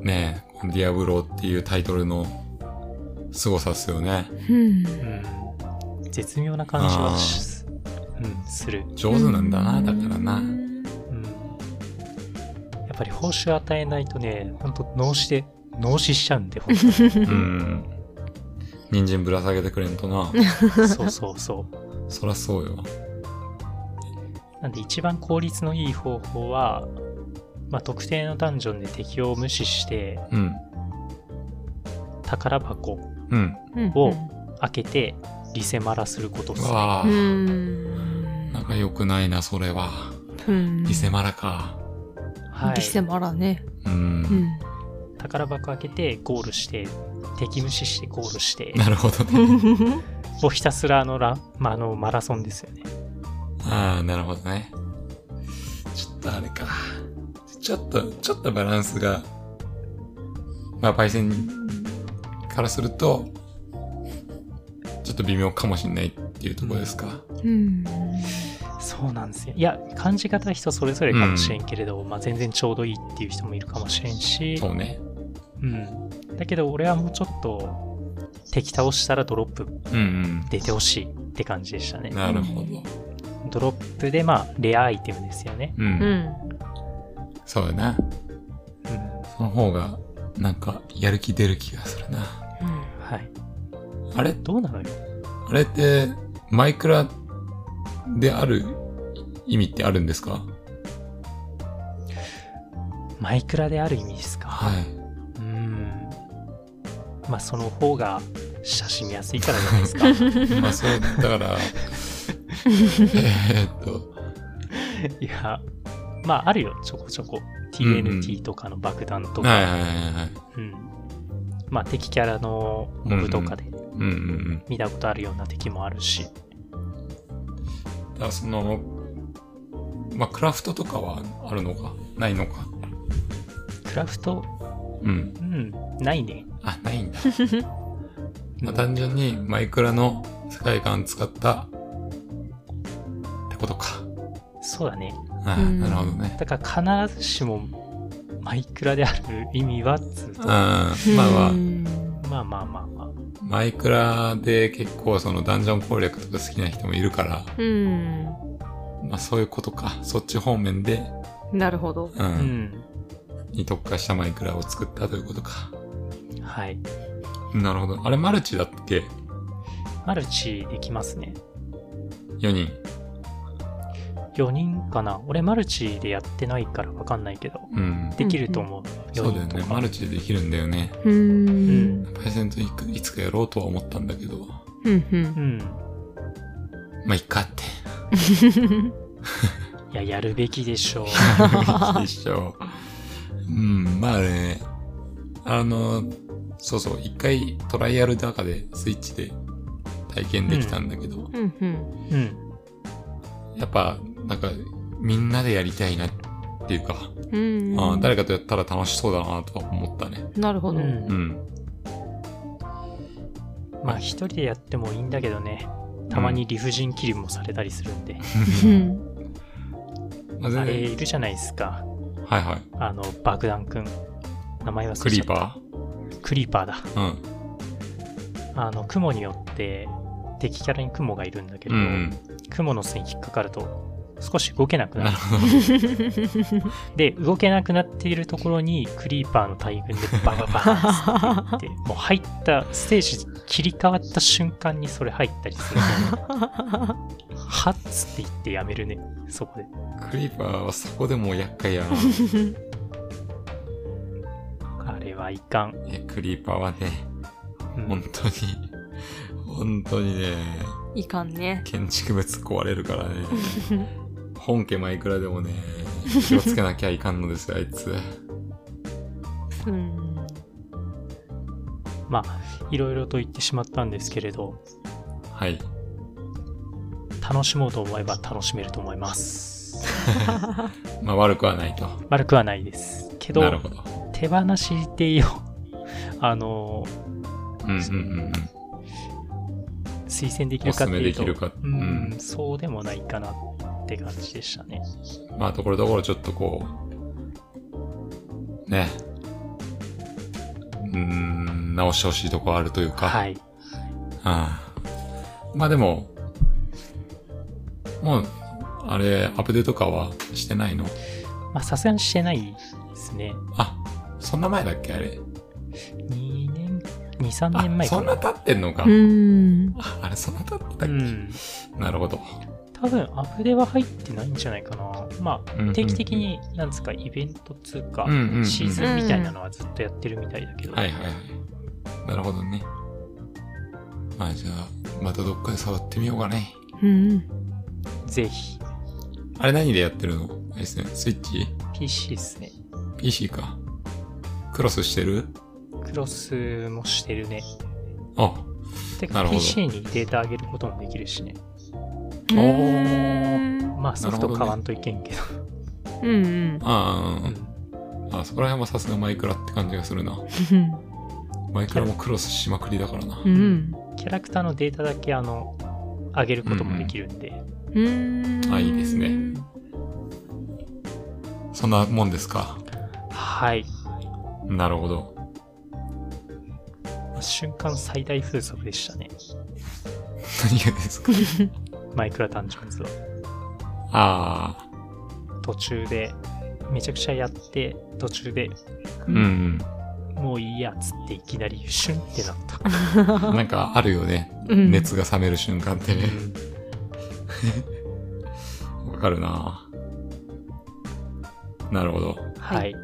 S1: ねえ、このディアブロっていうタイトルの凄さっすよね。
S2: うん。
S3: うん絶妙な感じはしうん、する。
S1: 上手なんだな、だからな。
S3: うんやっぱり報酬与えないとね、ほんと脳死で、脳死しちゃうんで、ほん とに
S1: うん。人参ぶら下げてくれんと な。
S3: そうそうそう。
S1: そらそうよ。
S3: なんで一番効率のいい方法は、まあ、特定のダンジョンで敵を無視して、
S1: うん。
S3: 宝箱
S1: うん。
S2: うん
S3: を開けて、リセマラすることっ
S1: う
S3: す。
S1: わあ、
S2: うん。
S1: なんか良くないな、それは。
S2: うん。
S1: リセマラか。
S3: は
S2: リセ
S3: い。
S2: マラね。
S1: う。
S2: うん ん。
S3: 宝箱開けて、ゴールして、敵無視してゴールして、
S1: なるほどね。
S3: をひたすらあのラ、まあ、あのマラソンですよね。
S1: ああ、なるほどね。ちょっとあれか。ちょっと、ちょっとバランスが、まあ、パイセンからすると、ちょっと微妙かもしんないっていうところですか。
S2: うん。
S3: そうなんですよ。いや、感じ方は人それぞれかもしれんけれど、まあ全然ちょうどいいっていう人もいるかもしれんし、
S1: そうね。
S3: うん。だけど俺はもうちょっと、敵倒したらドロップ
S1: うん
S3: 出てほしいって感じでしたね
S1: うん。。なるほど。
S3: ドロップで、まあ、レアアイテムですよね。
S1: う。
S2: うんん。
S1: そうやな。
S3: うん。
S1: その方が、なんか、やる気出る気がするな。
S3: はい。
S1: あれ
S3: どうなのよ。
S1: あれって、マイクラである意味ってあるんですか
S3: マイクラである意味ですか。
S1: はい。
S3: うん。まあ、その方が親しみやすいからじゃないですか。
S1: まあそう、だから、えーっと、
S3: いや、まあ、あるよ、ちょこちょこ。TNT とかの爆弾とか。
S1: はいはいはいはい。
S3: うん。まあ敵キャラのモブとかで
S1: うんうんうん。
S3: 見たことあるような敵もあるし。
S1: だからその、まあクラフトとかはあるのかないのか
S3: クラフト、
S1: うん。
S3: うん、ないね。
S1: あ、ないんだ。
S3: うん
S1: まあ単純にマイクラの世界観使ったってことか。
S3: そうだね。
S1: あ
S2: うん
S1: なるほどね。
S3: だから必ずしもマイクラである意味はっつう
S1: う
S3: と、
S1: ん。まあまあ、
S3: まあまあまあまあ。
S1: マイクラで結構そのダンジョン攻略とか好きな人もいるから、
S2: うん。
S1: まあそういうことか。そっち方面で、
S2: なるほど。
S1: う、
S3: うんん。
S1: に特化したマイクラを作ったということか。
S3: はい。
S1: なるほど。あれマルチだっけ
S3: マルチできますね。
S1: ?4 人。
S3: 4人かな。俺マルチでやってないからわかんないけど、
S1: うん。
S3: できると思う。
S1: そ
S3: 4
S1: うだよ
S3: 人と
S1: ね。
S3: か。
S1: マルチでできるんだよね。
S2: う。
S3: うんん。
S1: パイセントいくいつかやろうとは思ったんだけど、
S2: うん。う。
S3: うんん。
S1: まあ、いっかって。
S3: いや、やるべきでしょ う。
S1: 一緒。うん、まあね、あの、そうそう、一回トライアルの中でスイッチで体験できたんだけど、
S2: うん。うん。
S3: うん。
S1: やっぱ、なんか、みんなでやりたいなっていうか、
S2: うん。
S1: あー誰かとやったら楽しそうだなとは思ったね。
S2: なるほ
S3: う
S2: ど。
S3: ん
S1: う。ん。
S3: まあ一人でやってもいいんだけどね。たまに理不尽キルもされたりするんで。
S2: うん。
S1: まあ、全
S3: あれ
S1: 然、
S3: いるじゃないですか。
S1: はいはい。
S3: あの、爆弾くん。名前忘れ
S1: クリ
S3: ちゃ
S1: ー
S3: った。
S1: パ
S3: クリーパーだ。
S1: ーうん。
S3: あの雲によって敵キャラに雲がいるんだけ
S1: う
S3: ど、
S1: んうん。
S3: 雲の巣に引っかかると少し動けなくな
S1: な
S3: る
S1: るほど。
S3: で動けなくなっているところにクリーパーの大群でバババーンって言ってもう入ったステージ切り替わった瞬間にそれ入ったりするとはっつって言ってやめるねそこで
S1: クリーパーはそこでもう厄介やな。
S3: あれはいかん、
S1: いやクリーパーはね、
S3: うん
S1: 本当に、本当にね、
S2: いかんね。
S1: 建築物壊れるからね、本家前いくらでもね、気をつけなきゃいかんのですよ、あいつ。
S2: うん。
S3: まあいろいろと言ってしまったんですけれど
S1: はい。
S3: 楽しもうと思えば楽しめると思います
S1: まあ悪くはないと。
S3: 悪くはないですけ
S1: なる
S3: ど
S1: ほど。
S3: 手放してよ あの
S1: うんうんうん
S3: 推薦で
S1: うん。
S3: き
S1: お
S3: る
S1: すす
S3: かって
S1: め
S3: い
S1: で
S3: うと
S1: きるか。う
S3: うん
S1: ん。
S3: そうでもないかなって感じでしたね。
S1: まあところどころちょっとこう、ね。うーん、直してほしいとこあるというか。
S3: はい。
S1: ああまあでも、もう、あれ、アップデートとかはしてないの
S3: まあ、さすがにしてないですね。
S1: あ、そんな前だっけあれ。
S3: 2年、2、3年
S1: あ、
S3: 前
S1: そ
S3: か
S1: んな
S3: な。
S1: 経ってんのか
S2: う。ん。
S1: ああれ、そんな経ってたっ
S3: う
S1: け、
S3: ん。
S1: なるほど。
S3: 多分、アプデは入ってないんじゃないかな。ま
S1: うんうんうん
S3: あ、定期的に、なんですか、イベント通過、
S1: うんうんうん
S3: シーズンみたいなのはずっとやってるみたいだけど、
S1: はいはいはい。なるほどね。まあじゃあ、またどっかで触ってみようかね。
S2: うん。
S3: ぜひ、
S1: あれ何でやってるのあれですね。スイッチ
S3: PC ですね。
S1: ?PC か。クロスしてる
S3: クロスもしてるね。
S1: あ、
S3: て
S1: な
S3: か、
S1: るほど
S3: PC にデータ上げることもできるしね。
S1: お
S2: うん
S3: まあ、ソフト買わんといけんけど。
S2: うん。
S1: ああ、
S3: うん
S1: あそこら辺はさすがマイクラって感じがするな。マイクラもクロスしまくりだからな。
S2: うん。
S3: キャラクターのデータだけあの上げることもできるんで、
S2: うん。
S1: あいいですね。そんなもんですか。
S3: はい
S1: なるほど。
S3: 瞬間最大風速でしたね
S1: 何がですか
S3: マイクラダンジョンズは
S1: ああ、
S3: 途中でめちゃくちゃやって途中で
S1: うん
S3: もういいやっつっていきなりシュンってなった、
S1: うん。なんかあるよね。
S2: うん
S1: 熱が冷める瞬間ってね。わかるな。なるほど。
S3: はい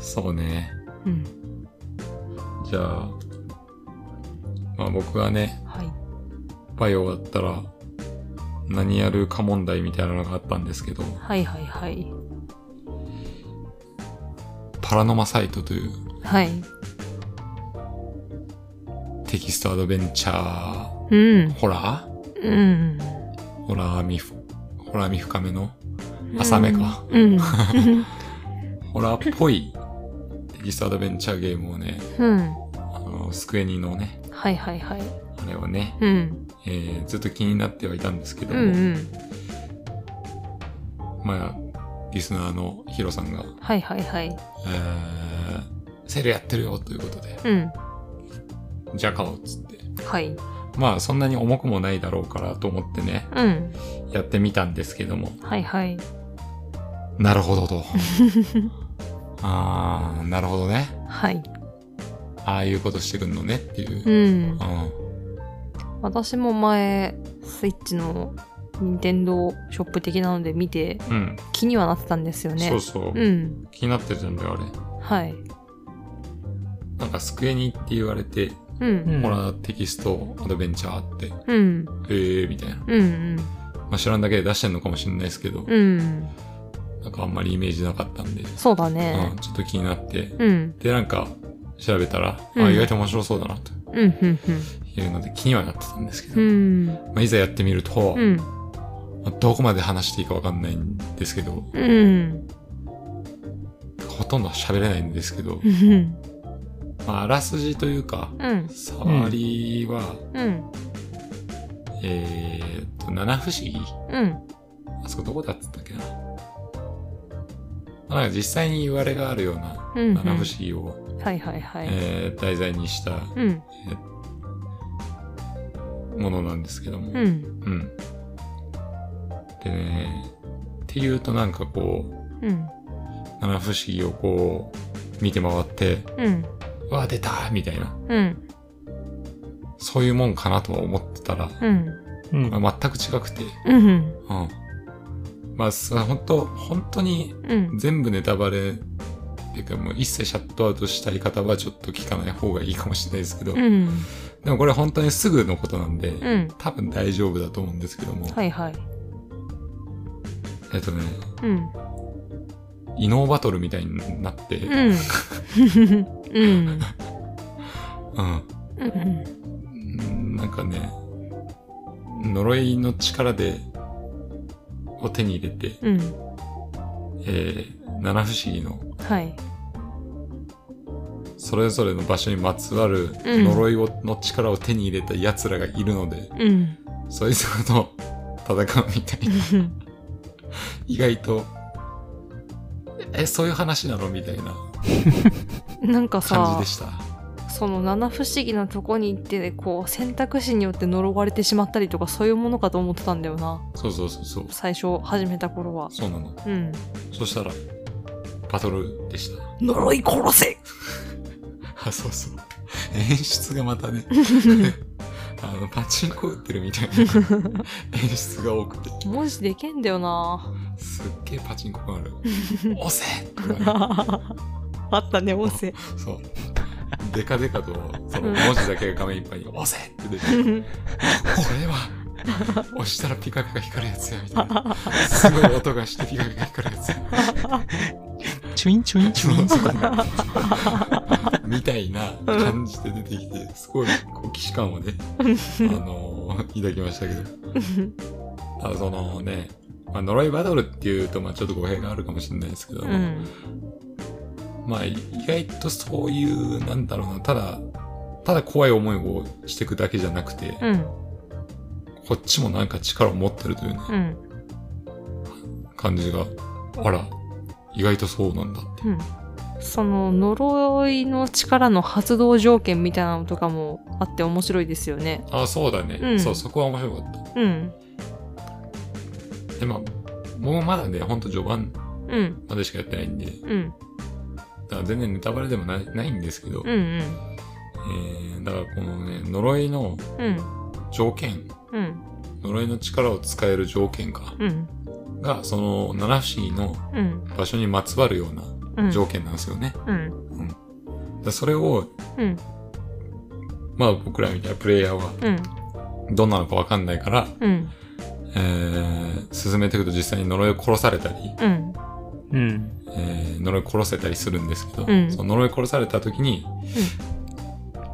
S1: そうね。
S2: うん。
S1: じゃあ、まあ僕はね、
S2: はい。
S1: バイオ終わったら、何やるか問題みたいなのがあったんですけど、
S2: はいはいはい。
S1: パラノマサイトという
S2: はい。
S1: テキストアドベンチャー、
S2: うん。
S1: ホラー
S2: うん。
S1: ホラーみふ、ホラーみ深めの浅めか。
S2: うん。
S1: ホラーっぽ いテキストアドベンチャーゲームをね、
S2: う
S1: あ
S2: ん。
S1: の、スクエニのね、
S2: はいはいはい。
S1: あれをね、
S2: うん。
S1: えーずっと気になってはいたんですけど
S2: う
S1: も、
S2: んうん。
S1: まあ、リスナーのヒロさんが、
S2: はいはいはい。
S1: えー、セールやってるよということで、
S2: うん。
S1: じゃあ買おうっつって。
S2: はい。
S1: まあ、そんなに重くもないだろうからと思ってね、
S2: うん。
S1: やってみたんですけども、
S2: はいはい。
S1: なるほど と。あー、なるほどね。
S2: はい。
S1: ああいうことしてくんのねっていうう。う。ん。
S2: ん私も前、スイッチの任天堂ショップ的なので見て
S1: うん。
S2: 気にはなってたんですよね。
S1: そうそう。
S2: うん。
S1: 気になってたんだよ、あれ。
S2: はい。
S1: なんか、スクエニって言われて、
S2: う。
S3: うんん
S1: ホラーテキストアドベンチャーって、
S2: うん。
S1: えーみたいな。
S2: うんうん。
S1: まあ、知らんだけで出してんのかもしれないですけど、
S2: うん。
S1: なんかあんまりイメージなかったんで、う
S2: そうだ
S1: ん、
S2: ね。
S1: ちょっと気になって。
S2: うん。
S1: で、なんか、調べたら、
S2: うん
S1: あ、意外と面白そうだな、と
S2: うん。うん。
S1: いうので気にはなってたんですけ
S2: う
S1: ど、
S2: ん。
S1: まあ、いざやってみると、
S2: うん。
S1: まあどこまで話していいかわかんないんですけど、
S2: うん。
S1: ほとんど喋れないんですけど、
S2: うん。
S1: まあ、あらすじというか、
S2: うん。
S1: 触りは、
S2: うん。
S1: えーっと、七不思議
S2: うん。
S1: あそこどこだっつったっけな。まあなんか実際に言われがあるような
S2: う
S1: 七不
S2: ん
S1: 思。議を
S2: はいはいはい。
S1: えー題材にした
S2: うん。
S1: ものなんですけども。
S2: うん。
S1: うん。でね、っていうとなんかこう、
S2: うん。
S1: 七不思議をこう、見て回って、
S2: うん。
S1: わあ、出たみたいな、
S2: うん。
S1: そういうもんかなとは思ってたら、
S2: うん。
S3: うん。
S1: まあ、全く違くて、
S2: うん。
S1: うん。まあ、さ、ほんと、本当に
S2: うん。
S1: 全部ネタバレ、っていうかもう一切シャットアウトしたい方はちょっと聞かない方がいいかもしれないですけど、
S2: うん。
S1: でもこれ本当にすぐのことなんで、
S2: うん。
S1: 多分大丈夫だと思うんですけども、
S2: はいはい。
S1: えっとね、
S2: うん。
S1: 異能バトルみたいになって、
S2: うん。うん。
S1: うん
S2: うん。
S1: うんなんかね、呪いの力で、を手に入れて、
S2: うん。
S1: えー、七不思議の、
S2: はい。
S1: それぞれの場所にまつわる
S2: うん
S1: 呪いを、の力を手に入れた奴らがいるので、
S2: うん。
S1: そいつらと戦うみたいな、意外と、え、そういう話なのみたいな
S2: なんか
S1: 感じ
S2: さ
S1: で、した。
S2: その七不思議なとこに行って、こう、選択肢によって呪われてしまったりとか、そういうものかと思ってたんだよな。
S1: そうそうそうそう。
S2: 最初、始めた頃は。
S1: そうなの。
S2: うん。
S1: そしたら、バトルでした。
S2: 呪い殺せ
S1: あ、そうそう。演出がまたね、あの、パチンコ打ってるみたいな演出が多くて、
S2: 文字でけんだ よな。
S1: すっげえパチンコがある。押せとかね
S2: あったね、音声。
S1: そう。デカデカと、その文字だけが画面いっぱいに、押せって出てる、これは、押したらピカピカ光るやつや、みたいな。すごい音がしてピカピカ光るやつや。
S3: チュインチュインチュインとかね。
S1: みたいな感じで出てきて、すごい、こう、既視感をね、あのー、抱きましたけど。ただそのね、まあ、呪いバトルっていうと、まあちょっと語弊があるかもしれないですけど、
S2: うん。
S1: まあ意外とそういう、なんだろうな、ただ、ただ怖い思いをしていくだけじゃなくて、
S2: うん。
S1: こっちもなんか力を持ってるというね、
S2: うん。
S1: 感じが、あら、意外とそうなんだって。
S2: うん。その呪いの力の発動条件みたいなのとかもあって面白いですよね。
S1: ああ、そうだね、
S2: うん
S1: そう、そこは面白かっ
S2: うん。
S1: た。で、まあ、もうまだね、ほんと序盤
S2: うん。
S1: までしかやってないんで、
S2: うん。
S1: だから全然ネタバレでもないないんですけど、
S2: うん。うん。
S1: えー、だからこのね、呪いの
S2: うん。
S1: 条件、
S2: うん。
S1: 呪いの力を使える条件か。
S2: うん。
S1: が、その七不思議の
S2: うん。
S1: 場所にまつわるような
S2: うん。
S1: 条件なんですよね。
S2: うん。
S1: でそれを、
S2: うん。
S1: まあ僕らみたいなプレイヤーは
S2: うん。
S1: どんなのかわかんないから、
S2: うん。
S1: えー、進めていくと実際に呪いを殺されたり、
S2: うん。
S3: うん。
S1: えー、呪い殺せたりするんですけど、
S2: うん
S1: その呪い殺された時に、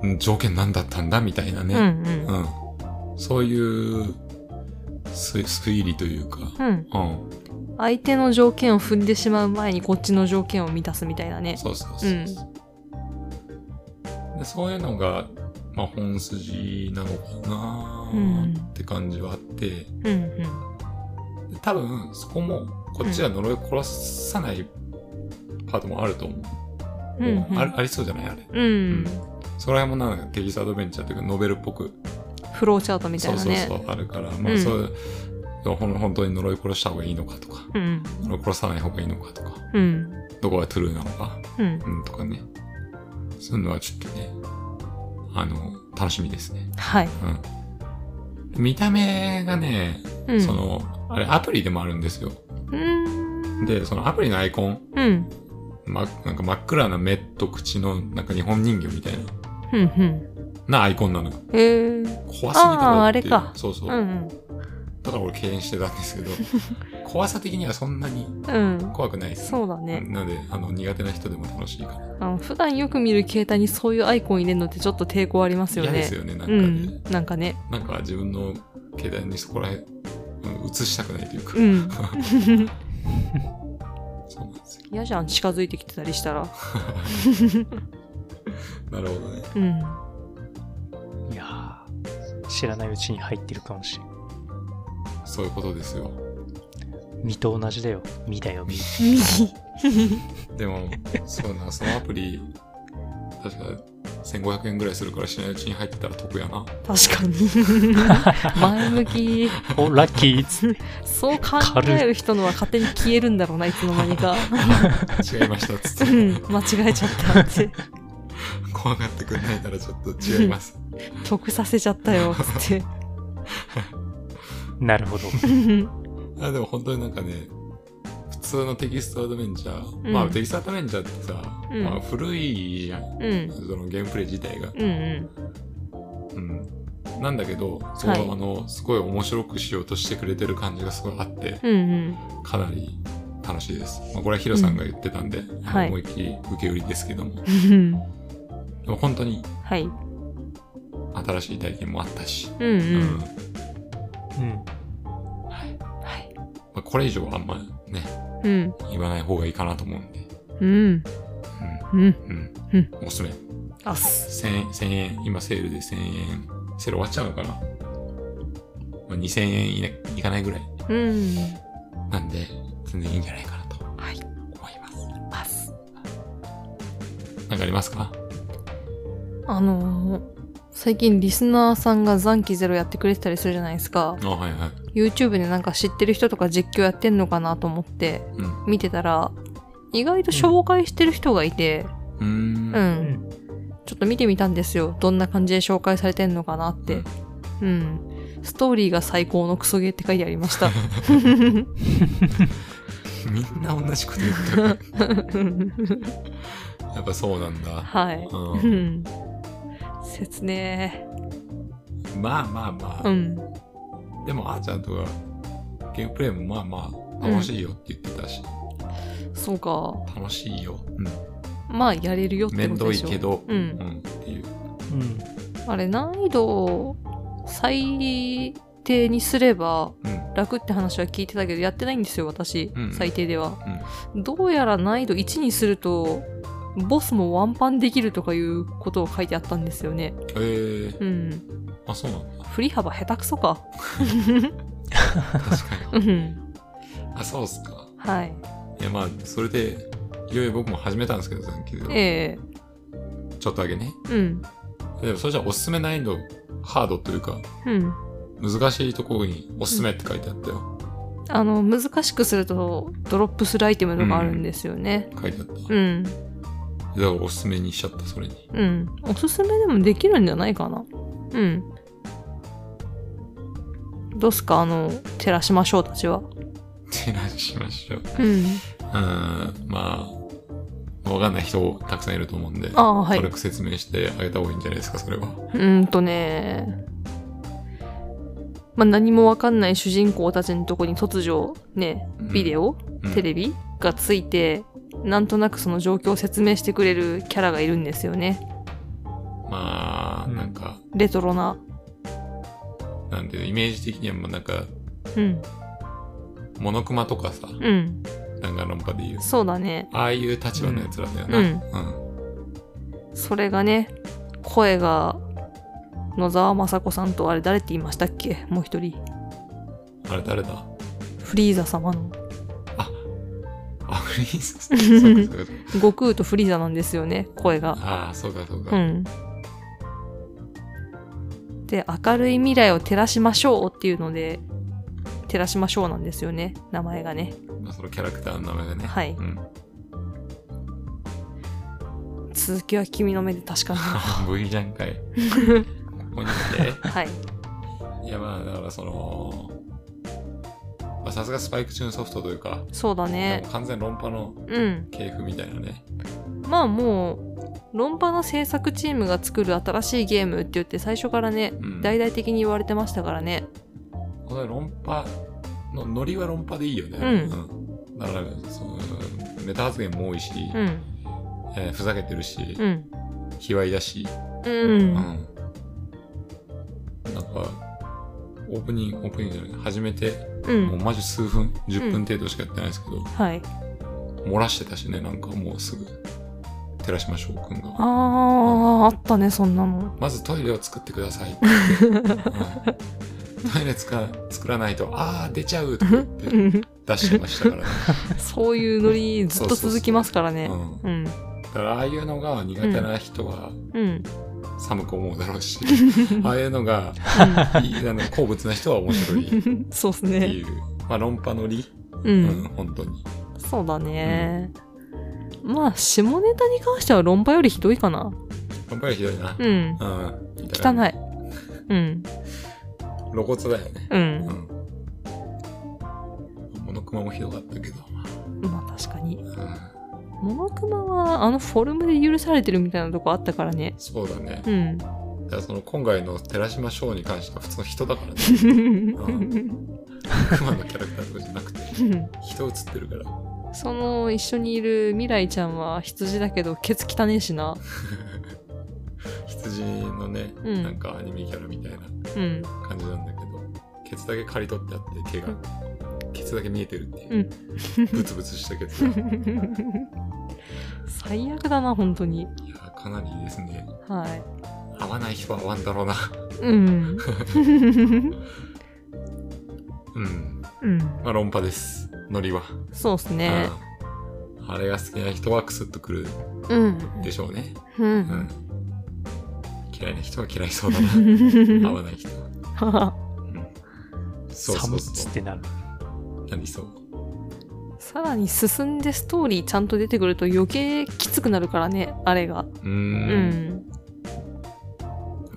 S1: ん条件何だったんだみたいな
S2: うん。う
S1: ね、
S2: ん。うん。
S1: うん。そういう推推理というか、
S2: うん。
S1: うん。
S2: 相手の条件を踏んでしまう前にこっちの条件を満たすみたいなね。
S1: そうそうそうそう、で。そういうのが、まあ、本筋なのかな
S2: うん
S1: ーって感じはあって、で
S2: うん。
S1: 多分そこもこっちは呪いを殺さないパートもあると思う。
S2: うん。うん
S1: もうあるありそうじゃないあれ。
S2: うん。
S1: それ辺もなんかテキストアドベンチャーというかノベルっぽく、
S2: フローチャートみた
S1: そ
S2: いうな
S1: そう
S2: ね。
S1: そうあるから、ま
S2: う
S1: あ
S2: ん
S1: そういう、ほん本当に呪い殺した方がいいのかとか、
S2: うん。
S1: 呪い殺さない方がいいのかとか、
S2: うん。
S1: どこがトゥルーなのか、
S2: うん。
S1: うん、とかね。そういうのはちょっとね、あの、楽しみですね。
S2: はい。
S1: うん。見た目がね、
S2: うん。
S1: その、あれ、アプリでもあるんですよ。
S2: うん。
S1: で、そのアプリのアイコン、
S2: うん。
S1: ま、なんか真っ暗な目と口の、なんか日本人形みたいな、
S2: うん。うん。
S1: なアイコンなのよ。
S2: えー。
S1: 怖すぎだろっていう
S2: あーあれか
S1: そうそう。
S2: うん。
S1: だから俺敬遠してたん ですけど、怖さ的にはそんなに
S2: うん。
S1: 怖くないです。
S2: そうだね。
S1: なので、あの、苦手な人でも楽しいから。
S2: あの普段よく見る携帯にそういうアイコン入れるのってちょっと抵抗ありますよ
S1: 嫌
S2: ね。
S1: ですよね、なんか
S2: う
S1: ね。
S2: ん。なんかね。
S1: なんか自分の携帯にそこら辺、うん、映したくないというか、
S2: うん。
S1: そうなんですよ。
S2: 嫌じゃん、近づいてきてたりしたら。
S1: なるほどね。
S2: うん。
S3: いやー知らないうちに入ってるかもしれん。
S1: そういうことですよ。
S3: 身と同じだよ。身だよ、身。
S1: でも、そうな、そのアプリ確か1500円ぐらいするから知らないうちに入ってたら得やな。
S2: 確かに 前向き
S3: お、ラッキーっつって。
S2: そう考える人のは勝手に消えるんだろうないつの間にか
S1: 違いましたっつ
S2: う
S1: って。
S2: ん間違えちゃったって
S1: 怖がってくんないならちょっと違います。
S2: 得させちゃったよつって
S3: なるほど。
S2: うん
S1: あでも本当になんかね、普通のテキストアドベンチャー。
S2: うん
S1: まあテキストアドベンチャーってさ、
S2: うん
S1: まあ古いじゃん。
S2: うん
S1: そのゲームプレイ自体が。
S2: うん
S1: うん。なんだけど、その、
S2: はい
S1: あの、すごい面白くしようとしてくれてる感じがすごいあって、
S2: うんうん
S1: かなり楽しいです。まあこれはヒロさんが言ってたんで、
S2: はい
S1: 思いっきり受け売りですけども。
S2: うん
S1: でも本当に
S2: はい
S1: 新しい体験もあったし、
S2: うんう
S1: うん
S2: ん
S1: ま
S3: うん。
S2: はい
S1: あこれ以上はあんまね、
S2: うん
S1: 言わない方がいいかなと思うんで。
S2: うんう
S1: う
S2: ん
S1: ん。
S2: う
S1: うん
S2: ん。
S1: おすすめ。
S2: あっす
S1: 1000円、1000円、今セールで1000円。セール終わっちゃうのかなまあ ?2000 円い,、ね、いかないぐらい。
S2: うん
S1: なんで、全然いいんじゃないかなと
S2: はい
S1: 思います。
S2: あっす
S1: なんかありますか
S2: あのー最近リスナーさんが残機ゼロやってくれてたりするじゃないですか
S1: あ、はいはい。
S2: YouTube でなんか知ってる人とか実況やってんのかなと思って
S1: うん。
S2: 見てたら意外と紹介してる人がいて、
S1: うーん。
S2: う、
S3: うんん。
S2: ちょっと見てみたんですよどんな感じで紹介されてんのかなってうん、ストーリーが最高のクソゲーって書いてありました
S1: みんな同じこと言って る。やっぱそうなんだ。
S2: はい、
S1: う。
S2: うんん、説明
S1: まあまあまあ。
S2: うん
S1: でも、あーちゃんとか、ゲームプレイもまあまあ、楽しいよって言ってたし、
S2: そうか
S1: 楽しいよ。うん。
S2: まあやれるよって
S1: めん
S2: こと
S1: ど
S2: で
S1: い
S2: しょ
S1: けど、
S2: うん
S1: っていう。
S3: うん。
S2: あれ難易度を最低にすれば
S1: うん。
S2: 楽って話は聞いてたけどやってないんですよ私、
S1: うん
S2: 最低では、どうやら難易度1にするとボスもワンパンできるとかいうことを書いてあったんですよね
S1: えー、
S2: うん
S1: あ、そうなんだ。
S2: 振り幅下手くそか
S1: 確かに。
S2: うん
S1: あ、そうっすか。
S2: はい
S1: いや、まあ、それで、いよいよ僕も始めたんですけど、残機で
S2: ええ
S1: ちょっとだけね。
S2: うん
S1: でも、それじゃおすすめ難易度、ハードというか、
S2: うん
S1: 難しいところにおすすめって書いてあったよ。
S2: あの難しくするとドロップするアイテムとかあるんですよね
S1: 書いてあった。
S2: う
S1: だ
S2: ん
S1: からおすすめにしちゃった、それに。
S2: うん、おすすめでもできるんじゃないかなうんどうすかあの照らしましょうたちは
S1: ってなしましょう。
S2: うん
S1: うーん、まあ、わかんない人たくさんいると思うんで、
S2: ああはい
S1: 軽く説明してあげた方がいいんじゃないですか、それは。
S2: うーんとね、まあ、何もわかんない主人公たちのとこに突如ねビデオ、
S1: うん
S2: テレビがついてなんとなくその状況を説明してくれるキャラがいるんですよね
S1: まあ、
S3: うん
S1: なんか、
S2: レトロな
S1: なんていうのイメージ的にはもうなんか、
S2: うん
S1: モノクマとかさ、
S2: うん
S1: なんか論破で言う。
S2: そうだね
S1: ああいう立場のやつらだよな。
S2: う
S1: うんん。
S2: それがね声が野沢雅子さんとあれ誰って言いましたっけもう一人
S1: あれ誰だ
S2: フリーザ様の
S1: あ、フリーザさん。 そうかそうか
S2: 悟空とフリーザなんですよね声が
S1: ああ、そうかそう
S2: う
S1: か。
S2: んで明るい未来を照らしましょうっていうので照らしましょうなんですよね名前がね
S1: まあ、そのキャラクターの名前がね。
S2: はい
S1: うん。
S2: 続きは君の目で確かめ よ
S1: V じゃんか い。ここに来
S2: うはい
S1: て。いや、まあ、だからその、まあさすがスパイクチューンソフトというか、
S2: そうだ
S1: で
S2: ね
S1: も完全論破の
S2: うん
S1: 系譜みたいなね。
S2: まあもう論破の制作チームが作る新しいゲームって言って最初からね
S1: うん。
S2: 大々的に言われてましたからね
S1: これ論破の、ノリは論破でいいよね。
S2: うん
S1: うんだから、その、メタ発言も多いし、
S2: うん
S1: えーふざけてるし、
S2: うん
S1: 卑猥だし、
S2: う
S1: うんん。なんか、オープニング、オープニングじゃない、始めて、
S2: う
S1: もうんマジ数分、
S2: うん
S1: 10分程度しかやってないですけど、
S2: はい
S1: 漏らしてたしね、なんかもうすぐ、寺島翔くん
S2: あ
S1: が。
S2: ーあったねそんな の
S1: まずトイレを作ってくださいって言って、うんトイレつか作らないと、あー、出ちゃうとか言って
S2: うん
S1: 出してましたからね。
S2: そういうノリずっと続きますからね
S1: うん
S2: うん
S1: だからああいうのが苦手な人は
S2: うん。
S1: 寒く思うだろうし、 ああいうのが
S2: う
S1: いいあの好物な人は面白いっ
S2: ん そうです
S1: て
S2: ね。
S1: いう、まあ、論破の理、う
S2: う
S1: ん
S2: ん。
S1: 本当に
S2: そうだね。まあ、下ネタに関しては論破よりひどいかな。
S1: やっぱりひどいな
S2: う、ん。
S1: うんみた
S2: 汚。
S1: いない
S2: うん。
S1: 露骨だよねう
S2: う。
S1: んんモノクマもひどかったけど、
S2: まあ、確かに。
S1: うん、
S2: モノクマは、あのフォルムで許されてるみたいなとこあったからね。
S1: そうだね
S2: うん。
S1: だからその今回の寺島翔に関しては普通の人だ からね熊のキャラクターとかじゃなくて人映ってるから
S2: その一緒にいる未来ちゃんは羊だけどケツ汚ねえしな。
S1: 羊のね、
S2: うん
S1: なんかアニメキャラみたいな
S2: うん。
S1: 感じなんだけどケツだけ刈り取ってあって毛が
S2: うん
S1: ケツだけ見えてるっていう、 ブツブツしたケツがい
S2: 最悪だな、本当に。
S1: やーかなりいいですね
S2: はい。
S1: 合わない人は合わんだろうな
S2: うん。
S1: うん
S2: うん。
S1: まあ論破ですノリは、
S2: そうっすね。
S1: うんあれが好きな人はクスッとくる
S2: うん。
S1: でしょうね、
S2: う
S1: うんん。、嫌いな人は嫌いそうだな合わない人は、うん、そうそ
S3: 寒
S1: う
S3: っつ
S1: そ
S3: ってなる。
S1: うなりそう
S2: さらに進んでストーリーちゃんと出てくると余計きつくなるからね、あれが。
S1: うー、
S2: うんん。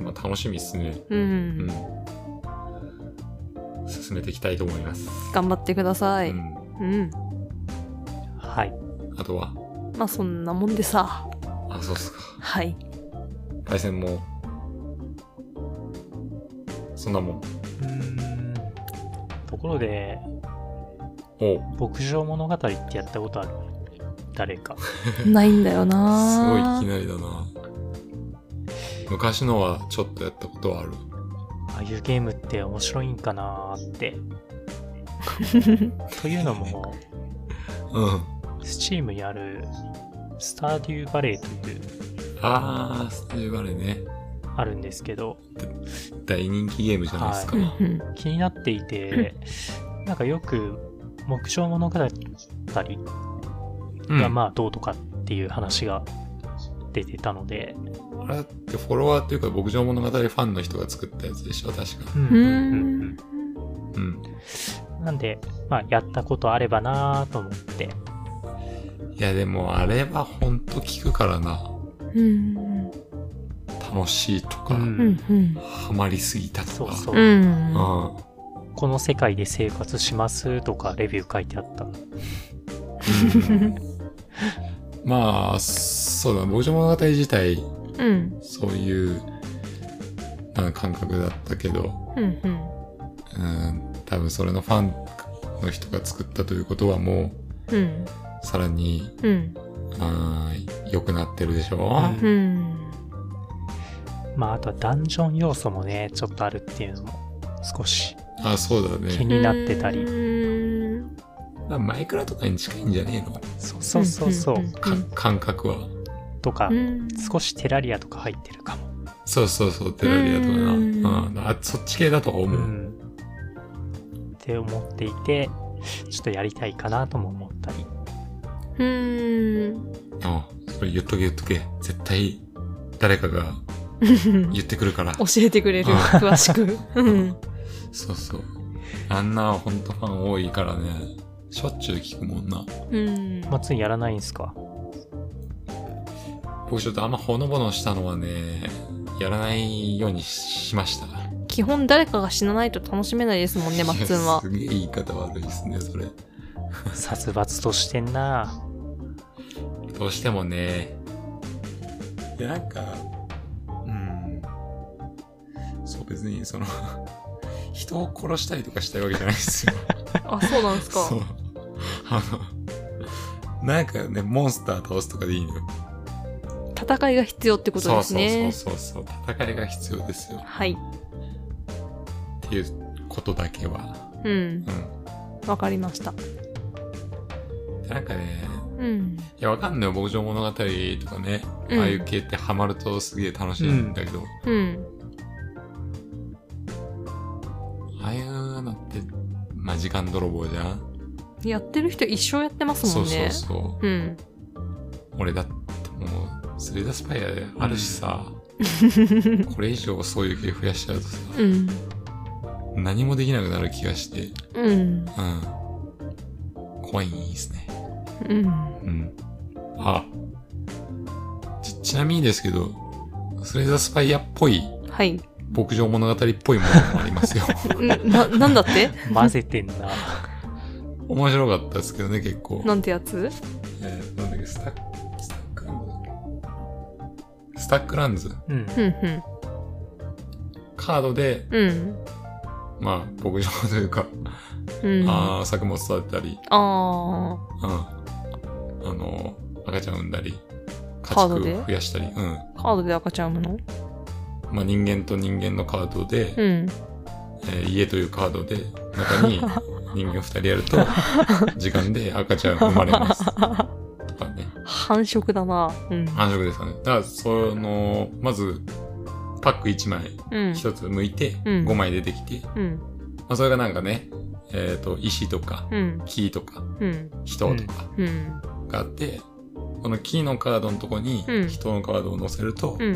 S1: まあ、楽しみですね
S2: う
S1: うん
S2: ん。
S1: 進めていきたいと思います。。
S2: 頑張ってくださいう
S1: ん
S2: うん。
S3: はい。
S1: あとは、
S2: まあそんなもんでさ。
S1: あ、そうっすか。
S2: はい。
S1: パイセンも、そんなもん。
S3: ところで、
S1: おう
S3: 牧場物語ってやったことある誰か。
S2: ないんだよ
S1: すごい
S2: ない
S1: きなりだな。昔のはちょっとやったことはある。
S3: ああいうゲームって面白いんかなーって。というのも、
S1: うん。
S3: Steam にあるスターデューバレーという
S1: あー、スタジオバレーね。
S3: あるんですけど、
S1: 大人気ゲームじゃないですか。
S2: うんうん
S3: 気になっていて、なんかよく、目標物語
S1: うん
S3: がまあどうとかっていう話が出てたので、
S1: あれってフォロワーっていうか、牧場物語ファンの人が作ったやつでしょ、確か。
S3: うんうんうんうん
S1: うん。
S3: なんで、まあ、やったことあればなーと思って。
S1: いや、でもあれはほんと聞くからな。
S2: うん
S1: 楽しいとか、
S3: うん
S2: うんうん
S1: ハマりすぎたとか。
S3: そうそうう。
S2: ん
S1: あ
S3: この世界で生活しますとかレビュー書いてあった。
S1: あまあ、そうだ、牧場物語自体、
S2: うん
S1: そういう、なんか感覚だったけど、
S2: うんうん
S1: うん、多分それのファンの人が作ったということはも
S2: うん
S1: う、さらに、
S2: うん
S1: あー良くなってるでしょ、
S3: うん
S2: うん
S3: まあ、あとはダンジョン要素もね、ちょっとあるっていうのも少し
S1: あ、そうだ
S3: 気
S1: ね。
S3: になってたり。
S2: うん
S1: まあマイクラとかに近いんじゃねえの
S3: そうそうそうそうう。
S2: ん
S1: か感覚は。
S3: とか
S2: う、ん
S3: 少しテラリアとか入ってるかも。
S1: そうそうそう、テラリアとかな。
S2: う
S1: うんん、あそっち系だとは
S3: う
S1: 思う。
S3: ん。って思っていて、ちょっとやりたいかなとも思ったり。
S2: うん
S1: あそれ言っとけ言っとけ。絶対、誰かが言ってくるから。
S2: 教えてくれる
S1: うん
S2: 詳しくうん
S1: そうそう。あんなほんとファン多いからね、しょっちゅう聞くもんな。
S2: うん
S3: まあ、ついやらないんすか
S1: 僕ちょっとあんまほのぼのしたのはね、やらないようにしました。
S2: 基本誰かが死なないと楽しめないですもんねマッツン
S1: いや
S2: は
S1: すげえ言い方悪いですね、それ。
S3: 殺伐としてんな
S1: どうしてもね、いやなんか、うん。そう別に、その、 人を殺したりとかしたいわけじゃないですよ。
S2: あそうなんです か
S1: そう。あの、なんかね、モンスター倒すとかでいいのよ。
S2: 戦いが必要ってことですね
S1: そうそうそうそう戦いが必要ですよ
S2: はい
S1: っていうことだけは
S2: うん
S1: う
S2: わかりました
S1: んなんかね
S2: うん
S1: いやわかんないよ牧場物語とかね、
S2: うん
S1: ああいう系ってハマるとすげえ楽しいんだけど、
S2: うん
S1: ああいうのってまあ時間泥棒じゃん、
S2: やってる人一生やってます
S1: そう
S2: も
S1: んそう
S2: ね
S1: そう
S2: うん
S1: 俺だってもう、スレイダースパイアであるしさ、これ以上そういう系増やしちゃうとさ、
S2: うん。
S1: 何もできなくなる気がして、
S2: うん。
S1: うん。怖いんですね。
S2: うん。
S1: うん。あ、ち、ちなみにですけど、スレイザースパイアっぽい
S2: はい。
S1: 牧場物語っぽいものもあり ますよ。
S2: んな、なんだって
S3: 混ぜてんな。
S1: 面白かったですけどね、結構。
S2: なんてやつ
S1: えーなんだっけ、スタック、スタックランズスタックランズ。
S3: うん。
S2: うんうん。
S1: カードで、
S2: うん。
S1: まあ、牧場というか、
S2: うん。
S1: あー作物育てたり、
S2: あ
S1: うん。あの、赤ちゃん産んだり、家
S2: カー
S1: 畜
S2: ドで
S1: 増やしたり、うん。
S2: ー。カードで赤ちゃん産むの
S1: まあ、人間と人間のカードで、
S2: うん。
S1: えー家というカードで、中 に人間二人やると、時間で赤ちゃん生まれます。とかね。
S2: 繁殖だな。うん。
S1: 繁殖ですかね。だから、その、まず、パック1枚、
S2: うん。
S1: 1つ剥いて、
S2: うん
S1: 5枚出てきて、
S2: うん。
S1: まあ、それがなんかね、えっ、と、石とか、
S2: うん。
S1: 木とか、
S2: うん。
S1: 人とか
S2: うん。
S1: があって、この木のカードのとこに
S2: うん、
S1: 人のカードを乗せると、
S2: うん。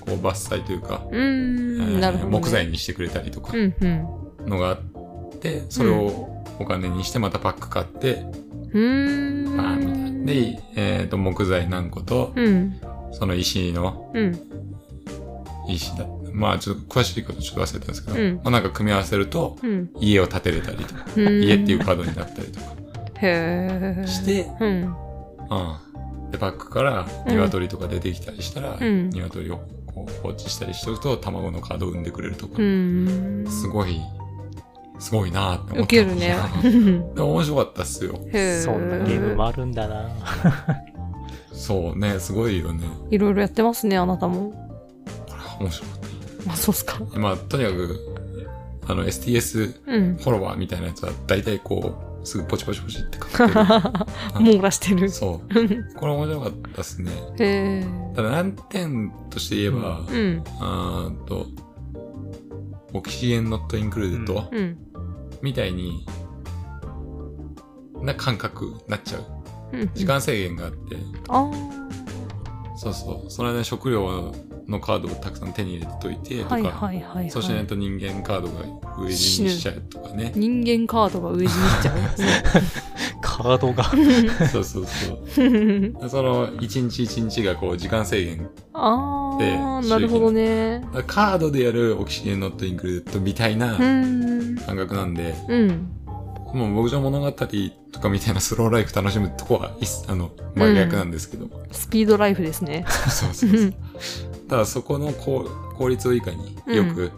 S1: こう伐採というか、
S2: う
S1: え
S2: ん。
S1: ー
S2: なるほど、ね。
S1: 木材にしてくれたりとか
S2: うんうん。
S1: のがあって、それをお金にしてまたパック買って、
S2: うーん。
S1: バーンみたいな。で、えっ、と、木材何個と、
S2: うん。
S1: その石の、
S2: うん。
S1: 石だ。まあちょっと詳しいことちょっと忘れたんですけど、
S2: うん
S1: まあなんか組み合わせると、
S2: うん。
S1: 家を建てれたりとか、
S2: うん
S1: 家っていうカードになったりとか
S2: へえ。
S1: して、
S2: うん。
S1: うん。で、パックから
S2: うん
S1: 鶏とか出てきたりしたら、
S2: うん
S1: 鶏をこう放置したりしておくと、卵のカードを産んでくれるとか、
S2: うん。
S1: すごい、すごいなーって思った。。
S2: ウケるね
S1: でも面白かったっすよ。
S2: へえ。
S3: そんなゲームもあるん だな。
S1: そうね、すごいよね。
S2: いろいろやってますね、あなたも。
S1: これは面白かっ
S2: あ、そうっすか。
S1: た。まあ、とにかく、あの、STS
S2: うん。
S1: フォロワーみたいなやつは、大体こう、すぐポチポチポチって書く。
S2: 網羅して る。
S1: そう。これ面白かったっすね。
S2: へえ。
S1: ただ難点として言えば、う
S2: うん。
S1: ーんと、オキシエンノットインクルーデッド
S2: うん。
S1: みたいに、な感覚になっちゃう。
S2: うん
S1: 時。間制限があって、
S2: あ
S1: そうそう。その間に食料のカードをたくさん手に入れておいて、
S2: あ。
S1: とか、
S2: はいはいはい、はい。
S1: そうしないと人間カードが上にしちゃうとかね。
S2: 人間カードが上地にしちゃう。
S3: カードが。
S1: そうそうそう。その、一日一日がこう、時間制限。
S2: あ
S1: で
S2: あ、なるほどね。
S1: カードでやるオキシエンノットインクルーデッドみたいな
S2: うん。
S1: 感覚なんで、
S2: うん。
S1: もう牧場物語とかみたいなスローライフ楽しむとこは、いっあの、真逆なんですけど。
S2: スピードライフですね。
S1: そうそうそう。ただそこの効効率をいかによく、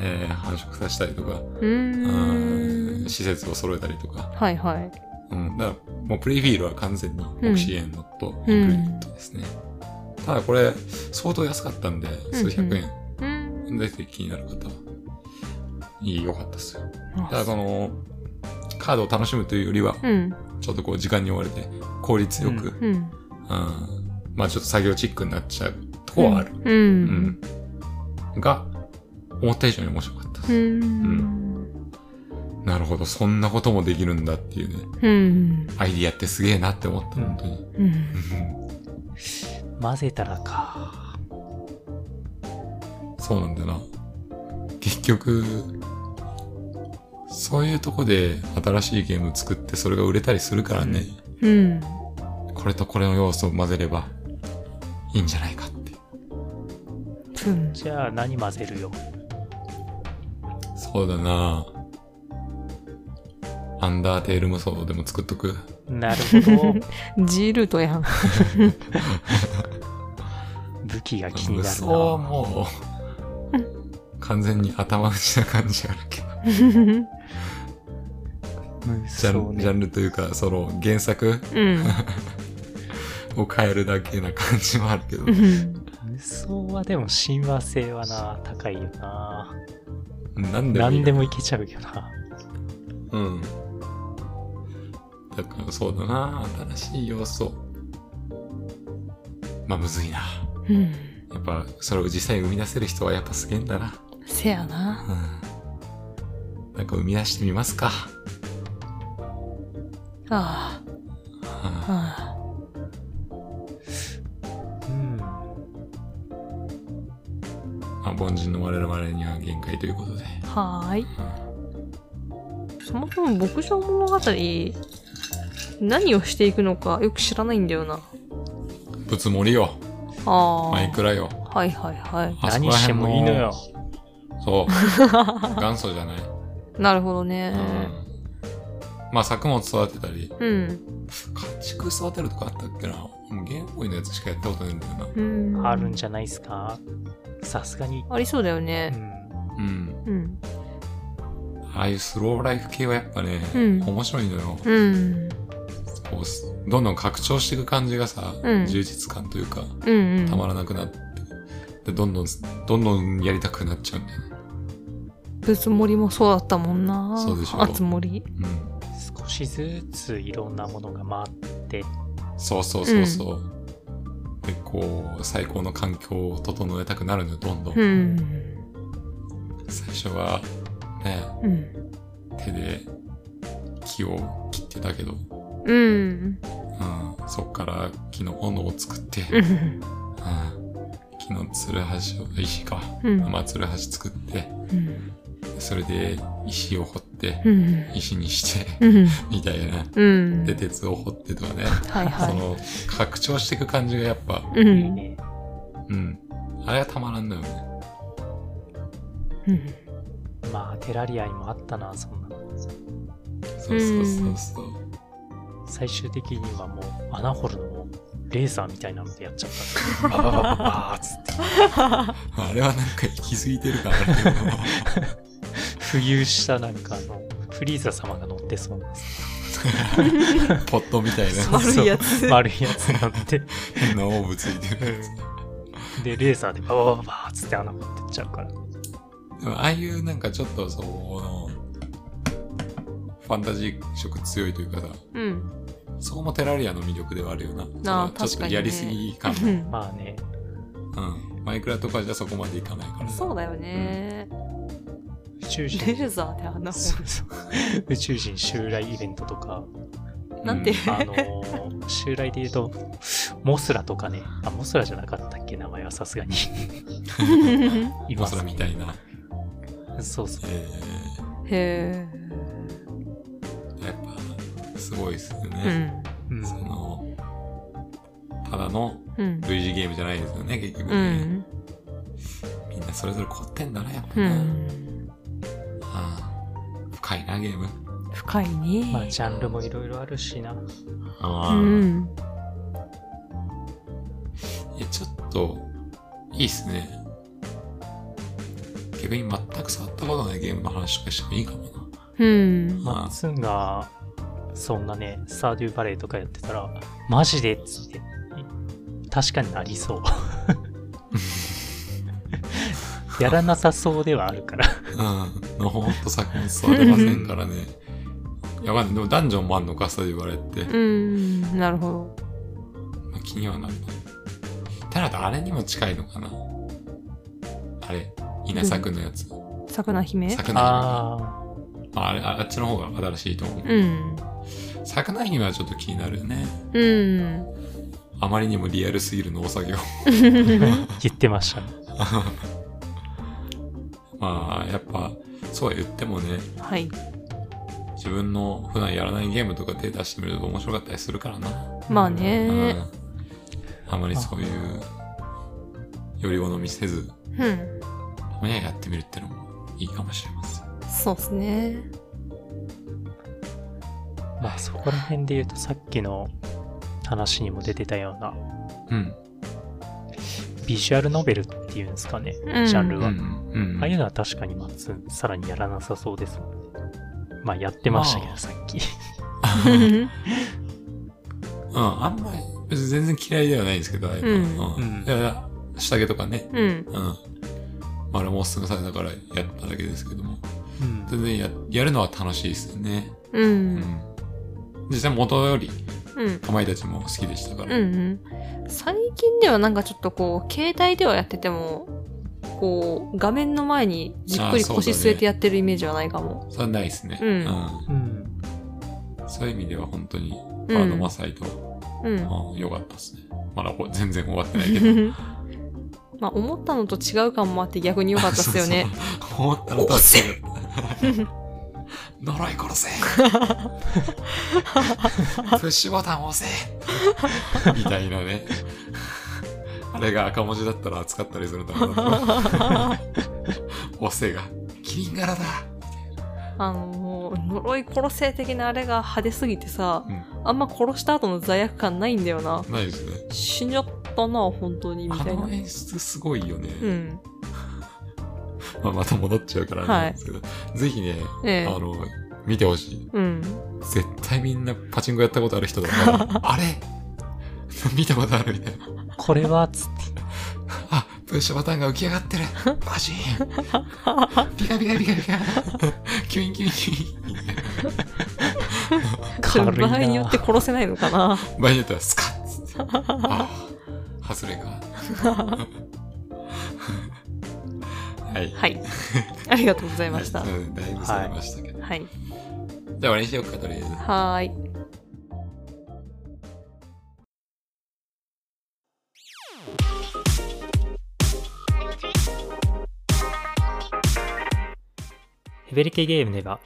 S1: えー繁殖させたりとか、
S2: う
S1: う
S2: ー
S1: ー
S2: ん
S1: ん。施設を揃えたりとか。
S2: はいはい。
S1: うん。だから、もうプレイフィールは完全にオ
S2: うん
S1: キシエンノットインクルーデッドですね。ただこれ、相当安かったんで、数百円。
S2: うん。
S1: ぜひ気になる方は、いい、良かったですよ。ただ
S2: あ
S1: その、カードを楽しむというよりは、
S2: うん。
S1: ちょっとこう時間に追われて、効率よく、うん、
S2: うん。
S1: まあちょっと作業チックになっちゃうとこはある。
S2: う。
S1: うんん。が、思った以上に面白かったで
S2: う
S1: す。
S2: ん。
S1: なるほど、そんなこともできるんだっていうね、
S2: うん。
S1: アイディアってすげえなって思った、本当に。
S2: うん。
S3: 混ぜたらか。
S1: そうなんだよな。結局、そういうとこで新しいゲーム作ってそれが売れたりするからね、
S2: うん。
S1: これとこれの要素を混ぜればいいんじゃないかって。
S2: うん。
S3: じゃあ何混ぜるよ。
S1: そうだなアンダーテール無双でも作っとく。
S3: なるほ ど。
S2: G ルートやん。
S3: 武器が気に
S1: 無
S3: なる
S1: 双
S3: な。
S1: はもう、完全に頭打ちな感じあるけど。
S3: 無
S1: ジ
S3: 双
S1: ャンジャ
S3: ね。
S1: ンルというか、その原作
S2: うん。
S1: を変えるだけな感じもあるけど。
S3: 無双はでも親和性はな、高いよな。
S1: 何でもいい。
S3: 何でもいけちゃうよな。
S1: うん。だからそうだな新しい要素。まあむずいな。
S2: うん。
S1: やっぱそれを実際に生み出せる人はやっぱすげえんだな。
S2: せやな。
S1: うん。なんか生み出してみますか。
S2: ああ。
S1: は
S2: ああ。
S1: 本人の我々には限界ということで。
S2: はーい。
S1: うん
S2: そもそも牧場物語、何をしていくのかよく知らないんだよな。
S1: ぶつもりよ。
S2: あ
S1: マイクラよ。
S2: あ。はいはいはい。
S1: あそこ
S3: 何
S1: ら
S3: して
S1: 辺
S3: もいいのよ。
S1: そう。元祖じゃない。
S2: なるほど
S1: う
S2: ね。
S1: ん。まあ作物育てたり、
S2: うん。
S1: 家畜育てるとかあったっけな。もうゲームボーイのやつしかやったことないんだよな。
S2: うん。
S3: あるんじゃないですかさすがに。
S2: ありそうだよ
S3: う
S2: ね。
S3: ん。
S1: うん。
S2: うん。
S1: ああいうスローライフ系はやっぱね、
S2: うん
S1: 面白いのよ。
S2: うん。
S1: こうすどんどん拡張していく感じがさ、
S2: うん
S1: 充実感というか、
S2: うんうん。
S1: たまらなくなって、でどんどん、どんどんやりたくなっちゃうんだよね。
S2: ぶつもりもそうだったもんな。
S1: そうでしょ
S2: あつ森。
S1: うん。
S3: 少しずついろんなものが回って、
S1: そうそうそうそう。で、こう、最高の環境を整えたくなるのよ、どんどん。
S2: うん。
S1: 最初は、ね、
S2: うん。
S1: 手で木を切ってたけど、
S2: うん。
S1: うん、そっから木の斧を作って、
S2: う
S1: うん、
S2: ん。
S1: 木のつるはしを、石か。
S2: うん。
S1: まあ、つるはし作って、
S2: うん。
S1: それで石を掘って、
S2: うん。
S1: 石にして、
S2: うん。
S1: みたいな。
S2: うん。
S1: で、鉄を掘ってとかね。
S2: はいは
S1: そ
S2: い。
S1: の、拡張していく感じがやっぱ、
S2: う
S3: いい
S2: ん。
S3: ね。
S1: うん。あれはたまらんのよね。
S2: うん。
S3: まあ、テラリアにもあったな、そんなの。
S1: そうそうそうそう。
S3: 最終的にはもう、穴掘るのも、レーザーみたいなのでやっち ゃった。バババババーっつって、
S1: あれはなんか行き過ぎてるからあるけど。
S3: 浮遊したなんかあの、フリーザ様が乗ってそう なさ
S1: ポットみたいな
S3: そう
S2: 丸いやつ。
S3: 丸いやつになって、
S1: 変なオーブついてるやつ。
S3: で、レーザーでバババババーっつって穴掘ってっちゃうから。
S1: でもああいうなんかちょっとその、ファンタジー色強いというかさ、
S2: うん。
S1: そこもテラリアの魅力ではあるよな。
S2: あー
S1: そのちょっとやりすぎ 感
S2: う
S1: も。
S2: ん
S3: まあね、
S1: うん。マイクラとかじゃそこまでいかないから。
S2: そうだよね。
S3: 宇宙
S2: レ
S3: 人。
S2: ーザーで穴掘
S3: そうそう宇宙人襲来イベントとか、
S1: う
S2: なんて
S3: あのー襲来で言うと、モスラとかね、あ、モスラじゃなかったっけ、名前はさすがに。
S2: る。
S3: い
S1: 今
S3: ま
S1: そ
S3: す
S1: れみたいな。
S3: そうそう。
S1: え
S2: へ
S1: ー、やっぱ、すごいですよ
S2: え。う
S1: ね。
S2: ん。
S3: うん
S1: その、ただの
S2: うん。
S1: 類似ゲームじゃないですよね、結局
S2: う
S1: ね。
S2: ん。
S1: みんなそれぞれ凝ってんだな、やっぱ
S2: う
S1: な。
S2: ん。
S1: ああ深いな、ゲーム。
S2: 深いね。
S3: まあ、ジャンルもいろいろあるしな。
S1: あ
S2: う
S1: あ
S2: ん。
S1: いや、ちょっと、いいっすね。逆に全く触ったことないゲームの話とかしてもいいかもな。
S2: うん。
S3: まあ、ツンが、そんなね、サーデューバレーとかやってたら、マジでっつって、確かになりそう。やらなさそうではあるから。
S1: うん。のほほんと作物育てませんからね。いやばいね。でもダンジョンもあんのか、そう言われって。
S2: うん。なるほど。
S1: まあ気にはなるな。ただ、あれにも近いのかな。あれ、稲作のやつ。
S2: 魚姫
S1: 作のあ
S3: あ
S1: あれ、あっちの方が新しいと思う。
S2: うん。
S1: 作の姫はちょっと気になるよね。
S2: うん。
S1: あまりにもリアルすぎる農作業。
S3: あ、言ってましたね。
S1: まあ、やっぱ、そうは言ってもね、
S2: はい。
S1: 自分の普段やらないゲームとか手出してみると面白かったりするからな。
S2: まあ
S1: う
S2: ね。
S1: ん。あまりそういう、より好みせず、
S2: うん。
S1: たまにはやってみるってのもいいかもしれません。
S2: そうですね。
S3: まあそこら辺で言うとさっきの話にも出てたような
S1: うん。
S3: ビジュアルノベルっていうんですかね、
S2: うん
S3: ジャンル
S1: うん
S3: は。。
S1: うん。
S3: ああいうのは確かにまずさらにやらなさそうですもんね。まあやってましたけ
S1: まあ
S3: どさっき。
S1: うん、あんまり、別に全然嫌いではないんですけど、ああいうの
S3: うん
S1: うん。いやいや、下着とかね。
S2: うん。
S1: うん。まあ、あれもおすすめされたからやっただけですけども。
S3: うん
S1: 全然や、やるのは楽しいですよね。
S2: う。
S1: うんん。実際元より、
S2: うん。
S1: かまいたちも好きでしたから。
S2: うんうん、最近ではなんかちょっとこう携帯ではやっててもこう画面の前にじっくり
S1: あそうだ
S2: 腰
S1: ね
S2: 据えてやってるイメージはないかも、
S1: それはないですね。
S2: うん
S3: うん。
S1: うんそういう意味では本当に、
S2: うん
S1: あのマサイと、
S2: うん
S1: あ良かったですね。まだこう全然終わってないけど。
S2: うまあ、思ったのと違う感もあって逆に良かったですよね。
S1: そうそう。思ったのとは違 う。呪い殺せプッシュボタン押せみたいなね。あれが赤文字だったら扱ったりするんだろうな。 押せが、キリン柄だ。
S2: あのー呪い殺せ的なあれが派手すぎてさ、
S1: うん
S2: あんま殺した後の罪悪感ないんだよな。
S1: ないですね。
S2: 死んじゃったな、本当に、み
S1: あ
S2: たいな
S1: の。演出すごいよね。
S2: うん。
S1: まあ、また戻っちゃうからあれなんですけど、ぜひね、
S2: ええ
S1: あの、見てほしい。
S2: うん。
S1: 絶対みんなパチンコやったことある人だ から、あれ見たことあるみたいな。
S3: これはつって
S1: あ、プッシュボタンが浮き上がってる。パシーン。ピカピカピカピカ。キュインキュインキュイン。
S2: そ
S3: 軽
S2: れ
S3: い な
S2: 場合によって殺せないのかな。
S1: 場合によってはスカッつって。あー、外れ が。はい。
S2: はい。ありがとうございました
S1: は。いだいぶそれましたけど。
S2: はい。
S1: じゃあ、俺にしようか、とりあえず。
S2: はーい。
S3: ヘベリケゲームでは、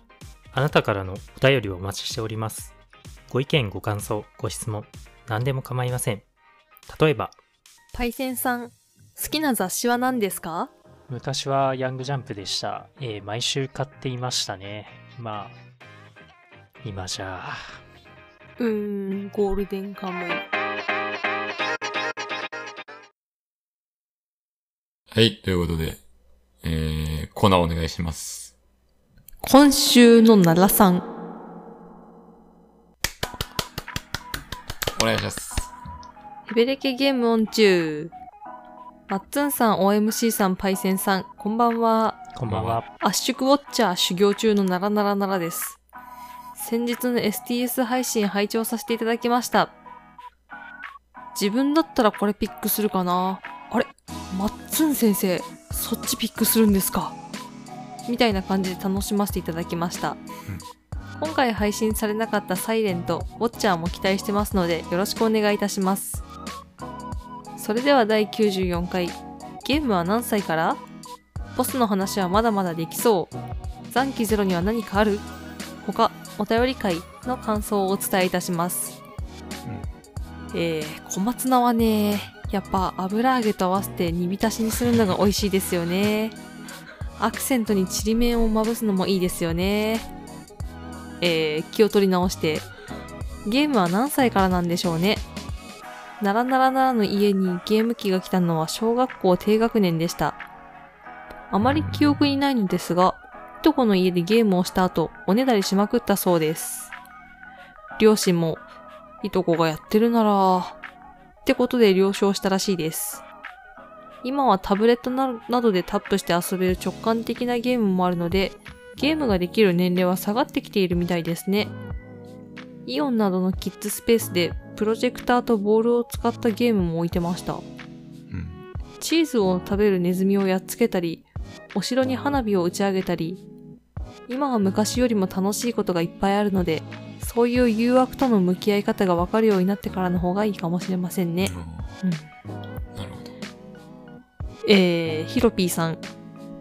S3: あなたからのお便りをお待ちしております。ご意見、ご感想、ご質問、何でも構いません。例えば、
S2: パイセンさん、好きな雑誌は何ですか
S3: 昔はヤングジャンプでした。えー毎週買っていましたね。まあ、今じゃあ、
S2: うーん、ゴールデンカムイ。
S1: はい、ということで、えー、コーナーお願いします。
S2: 今週の奈良さん。
S1: お願いします。
S2: ヘベレケゲームオン中。マッツンさん、OMC さん、パイセンさん、こんばんは。
S3: こんばんは。
S2: 圧縮ウォッチャー修行中のならならならです。先日の STS 配信拝聴させていただきました。自分だったらこれピックするかな。あれマッツン先生、そっちピックするんですかみたいな感じで楽しませていただきました。今回配信されなかったサイレント、ウォッチャーも期待してますのでよろしくお願いいたします。それでは第94回、ゲームは何歳からボスの話はまだまだできそう。残機ゼロには何かある他、お便り会の感想をお伝えいたします。えー、小松菜はね、やっぱ油揚げと合わせて煮浸しにするのが美味しいですよね。アクセントにちりめんをまぶすのもいいですよね。えー、気を取り直して、ゲームは何歳からなんでしょうね。ならならならの家にゲーム機が来たのは小学校低学年でした。あまり記憶にないのですが、いとこの家でゲームをした後、おねだりしまくったそうです。両親も、いとこがやってるなら、ってことで了承したらしいです。今はタブレットななどでタップして遊べる直感的なゲームもあるので、ゲームができる年齢は下がってきているみたいですね。イオンなどのキッズスペースで、プロジェクターとボールを使ったゲームも置いてました。
S1: うん。
S2: チーズを食べるネズミをやっつけたり、お城に花火を打ち上げたり、今は昔よりも楽しいことがいっぱいあるので、そういう誘惑との向き合い方がわかるようになってからの方がいいかもしれませんね。うん
S1: なるほど。
S2: えー、ヒロピーさん。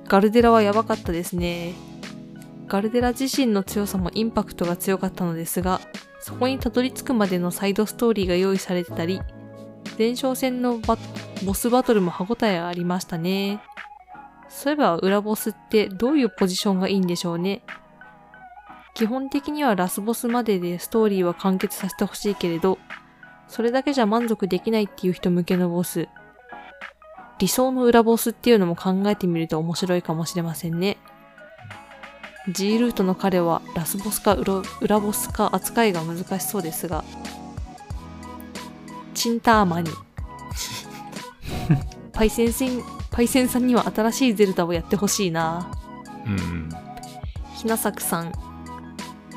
S2: ガルデラはやばかったですね。ガルデラ自身の強さもインパクトが強かったのですが、そこにたどり着くまでのサイドストーリーが用意されてたり、前哨戦のバボスバトルも歯応えありましたね。そういえば裏ボスってどういうポジションがいいんでしょうね。基本的にはラスボスまででストーリーは完結させてほしいけれど、それだけじゃ満足できないっていう人向けのボス。理想の裏ボスっていうのも考えてみると面白いかもしれませんね。G ルートの彼はラスボスか裏裏ボスか扱いが難しそうですが、チンターマニ。パイセンせんパイセンさんには新しいゼルダをやってほしいな。
S1: うんうん。
S2: ひなさくさん。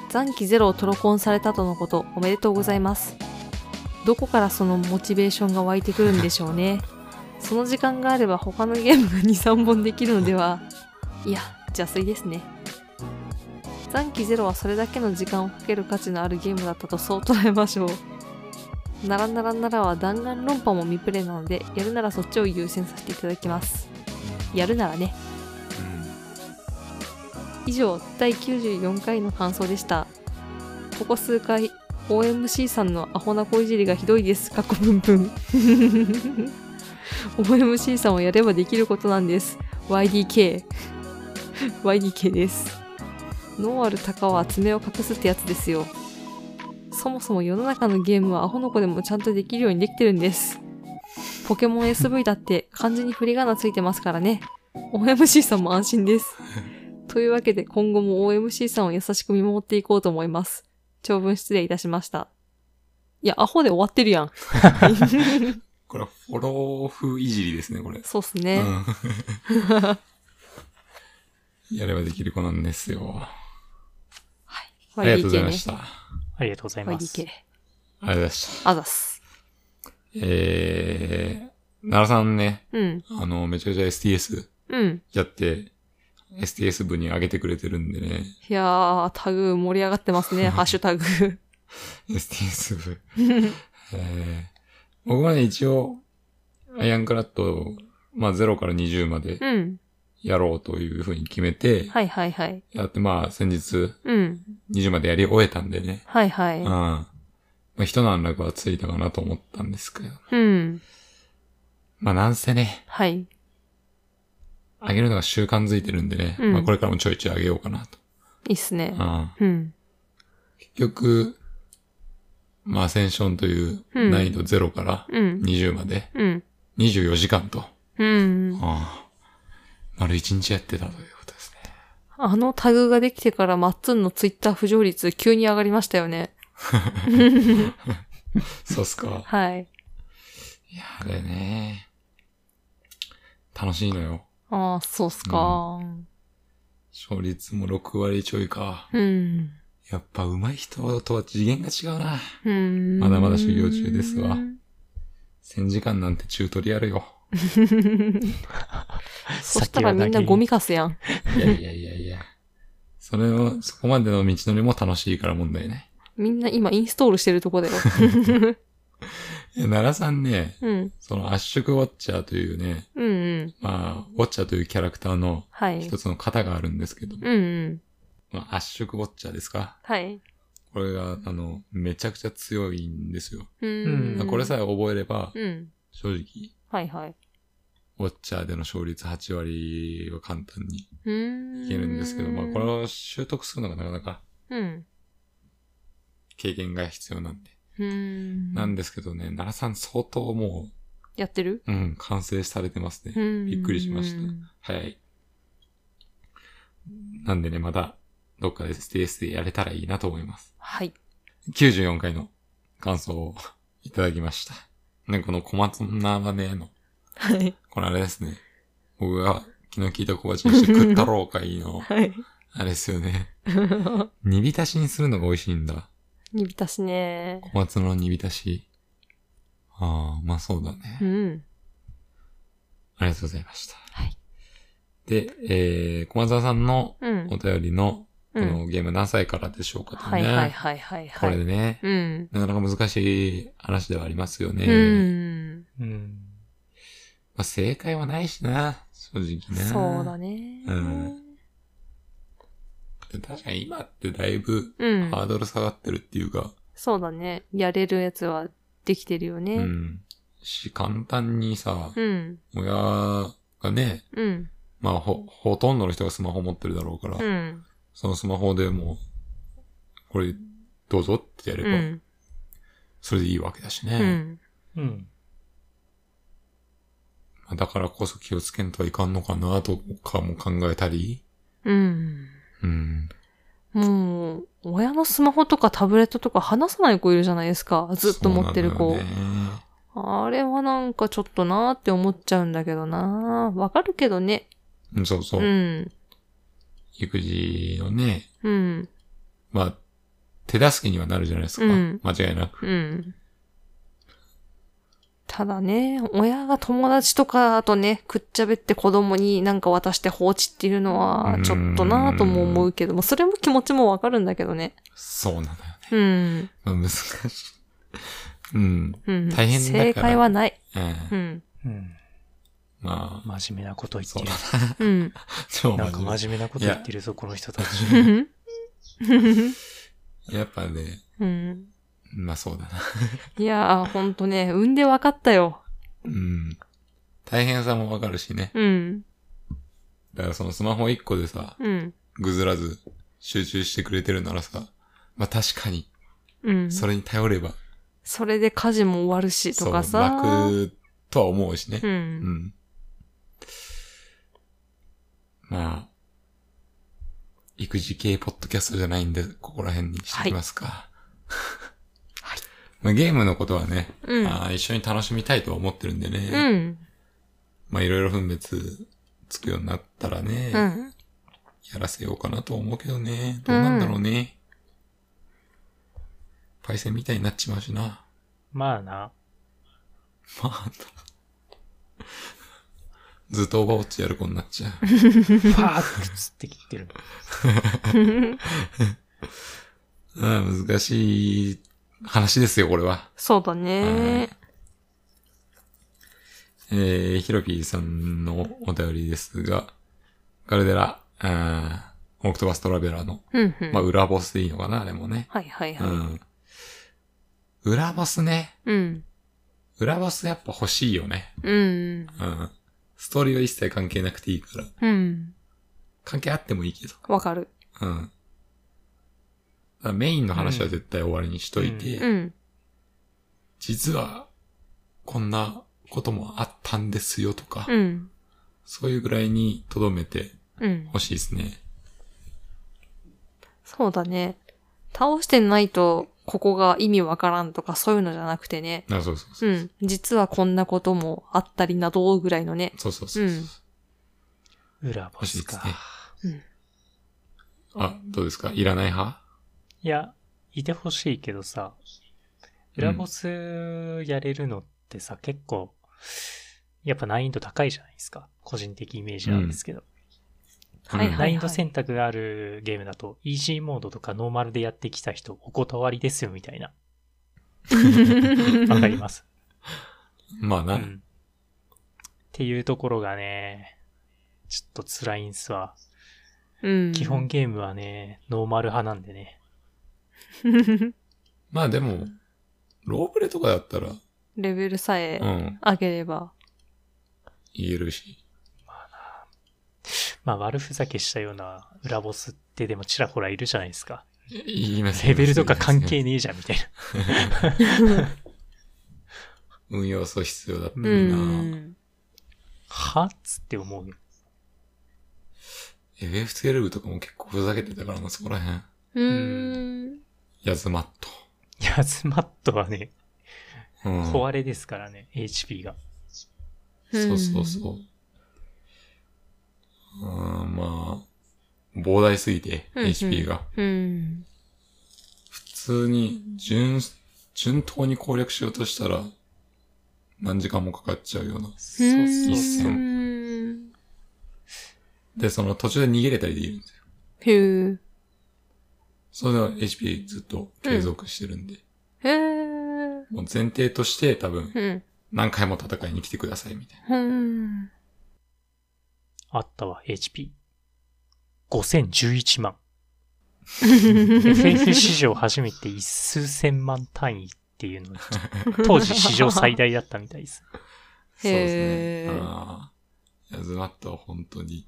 S2: 残機ゼロをトロコンされたとのこと、おめでとうございます。どこからそのモチベーションが湧いてくるんでしょうね。その時間があれば他のゲームが2、3本 できるのでは。いや、邪推ですね。残機ゼロはそれだけの時間をかける価値のあるゲームだったとそう捉えましょう。ならならならは弾丸論破も未プレイなので、やるならそっちを優先させていただきます。やるならね。以上、第94回の感想でした。ここ数回、OMC さんのアホな小いじりがひどいです。過去分 分。OMC さんをやればできることなんです。YDK。YDK です。ノーアルタカは爪を隠すってやつですよ。そもそも世の中のゲームはアホの子でもちゃんとできるようにできてるんです。ポケモン SV だって漢字に振り仮名ついてますからね。OMC さんも安心です。というわけで今後も OMC さんを優しく見守っていこうと思います。長文失礼いたしました。いや、アホで終わって るやん。
S1: これはフォロー風いじりですね、これ。
S2: そうっす
S1: う
S2: ね。
S1: ん。 やればできる子なんですよ。ありがとうございました。あ
S3: ありがとうございます
S2: YDK。。
S1: りがとうございました。
S2: あざっす。
S1: えー、奈良さんね、
S2: うん。
S1: あの、めちゃくちゃ STS
S2: うん。
S1: やって、STS 部に上げてくれてるんでね、
S2: いやー、タグ盛り上がってます ね。ハッシュタグ。
S1: STS 部。えー、僕はね、一応、ヤンクラットを、まあ、0から20まで
S2: うん。
S1: やろうというふうに決めて、
S2: はいはいはい。
S1: やって、まあ、先日、
S2: うん。
S1: 20までやり終えたんでね。
S2: はいは
S1: う
S2: い
S1: ん。。まあ、一段落はついたかなと思ったんですけど。
S2: うん。
S1: まあ、なんせね、
S2: はい。
S1: 上げるのが習慣づいてるんでね。
S2: うん
S1: まあ、これからもちょいちょい上げようかなと。
S2: いいっすね
S1: う。ん。
S2: うん。
S1: 結局、まあ、アセンションという
S2: うん
S1: 難易度0から
S2: うん。
S1: 20まで、
S2: うん。
S1: 24時間と、
S2: うん。
S1: ああ丸1日やってたということですね。
S2: あのタグができてからマッツンのツイッター浮上率急に上がりましたよね。
S1: そうっすか。
S2: はい。
S1: いや、あれね。楽しいのよ。
S2: ああ、そうっすか。
S1: 勝率も6割ちょいか。
S2: うん。
S1: やっぱ上手い人とは次元が違うな。
S2: うん。
S1: まだまだ修行中ですわ1000時間なんてチュートリアルよ。
S2: そしたらみんなゴミカスやん。
S1: いやいやいやいや。それを、そこまでの道のりも楽しいから問題ね。
S2: みんな今インストールしてると こだよ。
S1: いや奈良さんね、
S2: うん。
S1: その圧縮ウォッチャーというね、
S2: うんうん。
S1: まあ、ウォッチャーというキャラクターの
S2: はい
S1: 一。つの型があるんですけど、
S2: うんうん。
S1: まあ、圧縮ウォッチャーですか
S2: はい。
S1: これが、あの、めちゃくちゃ強いんですよ。
S2: うん。
S1: これさえ覚えれば、
S2: うん。
S1: 正直、
S2: はいはい。
S1: ウォッチャーでの勝率8割は簡単に
S2: うん。
S1: いけるんですけど、まあ、これを習得するのがなかなか
S2: うん。
S1: 経験が必要なんで。
S2: うん。
S1: なんですけどね、奈良さん相当も
S2: やってる
S1: う、うん、完成されてますね。
S2: び
S1: びっくりしました早い。なんでね、また、どっかで STS でやれたらいいなと思います。
S2: はい。
S1: 94回の感想を いただきました。ね、この小松菜はねの、
S2: はい。
S1: このあれですね。僕が昨日聞いた小鉢にして食ったろう会 の、
S2: はい。
S1: あれですよね。煮浸しにするのが美味しいんだ。
S2: 煮浸しね。
S1: 小松の煮浸し。ああ、まあそうだね。
S2: うん。
S1: ありがとうございました。
S2: はい。
S1: で、えー、小松さんの
S2: うん
S1: お。便りの、こ
S2: うん
S1: のゲーム何歳からでしょうかと
S2: は
S1: ね。
S2: いはいはいはい
S1: こ
S2: は
S1: れで
S2: い。
S1: ね、
S2: うん。
S1: なかなか難しい話ではありますよね。
S2: うん。
S3: うん。
S1: まあ、正解はないしな、正直ね。
S2: そうだね。
S1: うん確かに今ってだいぶ
S2: うん。
S1: ハードル下がってるっていうか、
S2: そうだね。やれるやつはできてるよ
S1: うん。
S2: ね。
S1: し、簡単にさ、
S2: うん。
S1: 親がね、
S2: うん。
S1: まあほ、ほとんどの人がスマホ持ってるだろうから、
S2: うん。
S1: そのスマホでもう、これ、どうぞってやれ
S2: う
S1: ば、
S2: ん。
S1: それでいいわけだしね。
S2: うん。
S3: うん。
S1: まあだからこそ気をつけんとはいかんのかな、とかも考えたり、
S2: うん。
S1: うん。
S2: もう、親のスマホとかタブレットとか話さない子いるじゃないですか。ずっと持ってる子。
S1: そうなんだよね
S2: あれはなんかちょっとなーって思っちゃうんだけどなー。わかるけどね。
S1: うんそうそうう。
S2: ん。
S1: 育児のね、
S2: うん。
S1: まあ、手助けにはなるじゃないですか。
S2: うん
S1: 間違いなく。
S2: うん。ただね、親が友達とかとね、くっちゃべって子供になんか渡して放置っていうのは
S1: う、ん
S2: ちょっとなぁとも思うけども、それも気持ちもわかるんだけどね。
S1: そうなんだよね。
S2: うん。
S1: まあ、難しい。うん。
S2: うん。
S1: 大変だから
S2: 正解はない。
S1: ええ
S2: うん。
S3: うん。
S1: まあ、
S3: 真面目なこと言ってる。
S2: うん。
S1: 超
S3: なんか
S1: 真面
S3: 真面目なこと言ってるぞ、この人た ち。
S2: うん。
S1: 目。やっぱね、
S2: うん。
S1: まあそうだな。
S2: いやー、ほんとね、産んで分かったよ。
S1: うん。大変さもわかるしね。
S2: うん。
S1: だからそのスマホ一個でさ、
S2: うん。
S1: ぐずらず集中してくれてるならさ、まあ確かに、
S2: うん。
S1: それに頼れば、
S2: それで家事も終わるし、
S1: そ
S2: と
S1: う、
S2: かさ。
S1: 楽とは思うしね
S2: う。。
S1: うんん。まあ、育児系ポッドキャストじゃないんで、ここら辺にしてきますか。
S2: はい。
S1: まあゲームのことはね、
S2: うん。
S1: あー一緒に楽しみたいとは思ってるんでね。
S2: うん。
S1: まあいろいろ分別つくようになったらね、
S2: うん。
S1: やらせようかなと思うけどね。どうなんだろうね。パイセンみたいになっちまうしな。
S3: まあな。
S1: まあ、ずっとオーバーウォッチやる子になっちゃう。
S3: ファーッつって切ってる。
S1: ああ難しい話ですよ、これは。
S2: そうだね。
S1: えー、ヒロピーさんのお便りですが、ガルデラ、あーオクトバストラベラーの、
S2: うん。うん
S1: まあ、裏ボスでいいのかな、あれもね。
S2: はいはいうは
S1: ん。裏ボスね。
S2: い。うん。
S1: 裏ボスやっぱ欲しいよね。
S2: うん。
S1: うん。ストーリーは一切関係なくていいから。
S2: うん。
S1: 関係あってもいいけど。
S2: わかる。
S1: うん。だからメインの話は絶対終わりにしといて、
S2: うん。
S1: 実は、こんなこともあったんですよとか、
S2: うん。
S1: そういうぐらいに留めて
S2: うん。
S1: ほしいですね。
S2: そうだね。倒してないと、ここが意味わからんとか、そういうのじゃなくてね。
S1: あ、そうそうそうう。
S2: ん。実はこんなこともあったりなど、ぐらいのね。
S1: そうそうそうそう、
S2: うん
S3: 裏ボ
S1: 欲しい
S3: ス
S1: です
S3: か
S1: ね。。
S2: うん
S1: あ、どうですかいらない派
S3: いや、いてほしいけどさ、裏ボスやれるのってさ、結構、やっぱ難易度高いじゃないですか。個人的イメージなんですけど。
S2: はいはい
S3: 難易度選択があるゲームだと、イージーモードとかノーマルでやってきた人、お断りですよみたいな。わかります。
S1: まあな、
S3: うんっていうところがね、ちょっと辛いんすわ。
S2: うん。
S3: 基本。ゲームはね、ノーマル派なんでね。
S1: まあでも、ロープレとかだったら、
S2: レベルさえ
S1: うん、
S2: 上げれ ば。
S1: 言えるし。
S3: まあ悪ふざけしたような裏ボスってでもちらほらいるじゃないですか。
S1: 言います
S3: レベルとか関係ねえじゃんみたいな。
S1: 運用素必要だった
S2: う
S1: りな、
S2: ん。
S3: はっつって思うよ。
S1: FF12 とかも結構ふざけてたからな、そこら辺。
S2: うーん。
S1: ヤズマット。
S3: ヤズマットはね、
S1: うん。
S3: 壊れですからね、HP が。
S1: そうそうそう。うん、まあ、膨大すぎて、
S2: うんうん
S1: HP が。
S2: うん。
S1: 普通に、順、順当に攻略しようとしたら、何時間もかかっちゃうような。
S3: そうそう
S1: 一戦
S3: そう。
S2: ん。
S1: で、その途中で逃げれたりできるんですよ。
S2: へー
S1: それでは HP ずっと継続してるんで。
S2: へー
S1: もう前提として多分、
S2: うん。
S1: 何回も戦いに来てください、みたいな。
S2: うん。
S3: あったわ、HP。5011万。FF 史上初めて一数千万単位っていうの が、当時史上最大だったみたいです。
S1: そうです
S2: へ
S1: ね。
S2: ー
S1: ああ。ヤズマットは本当に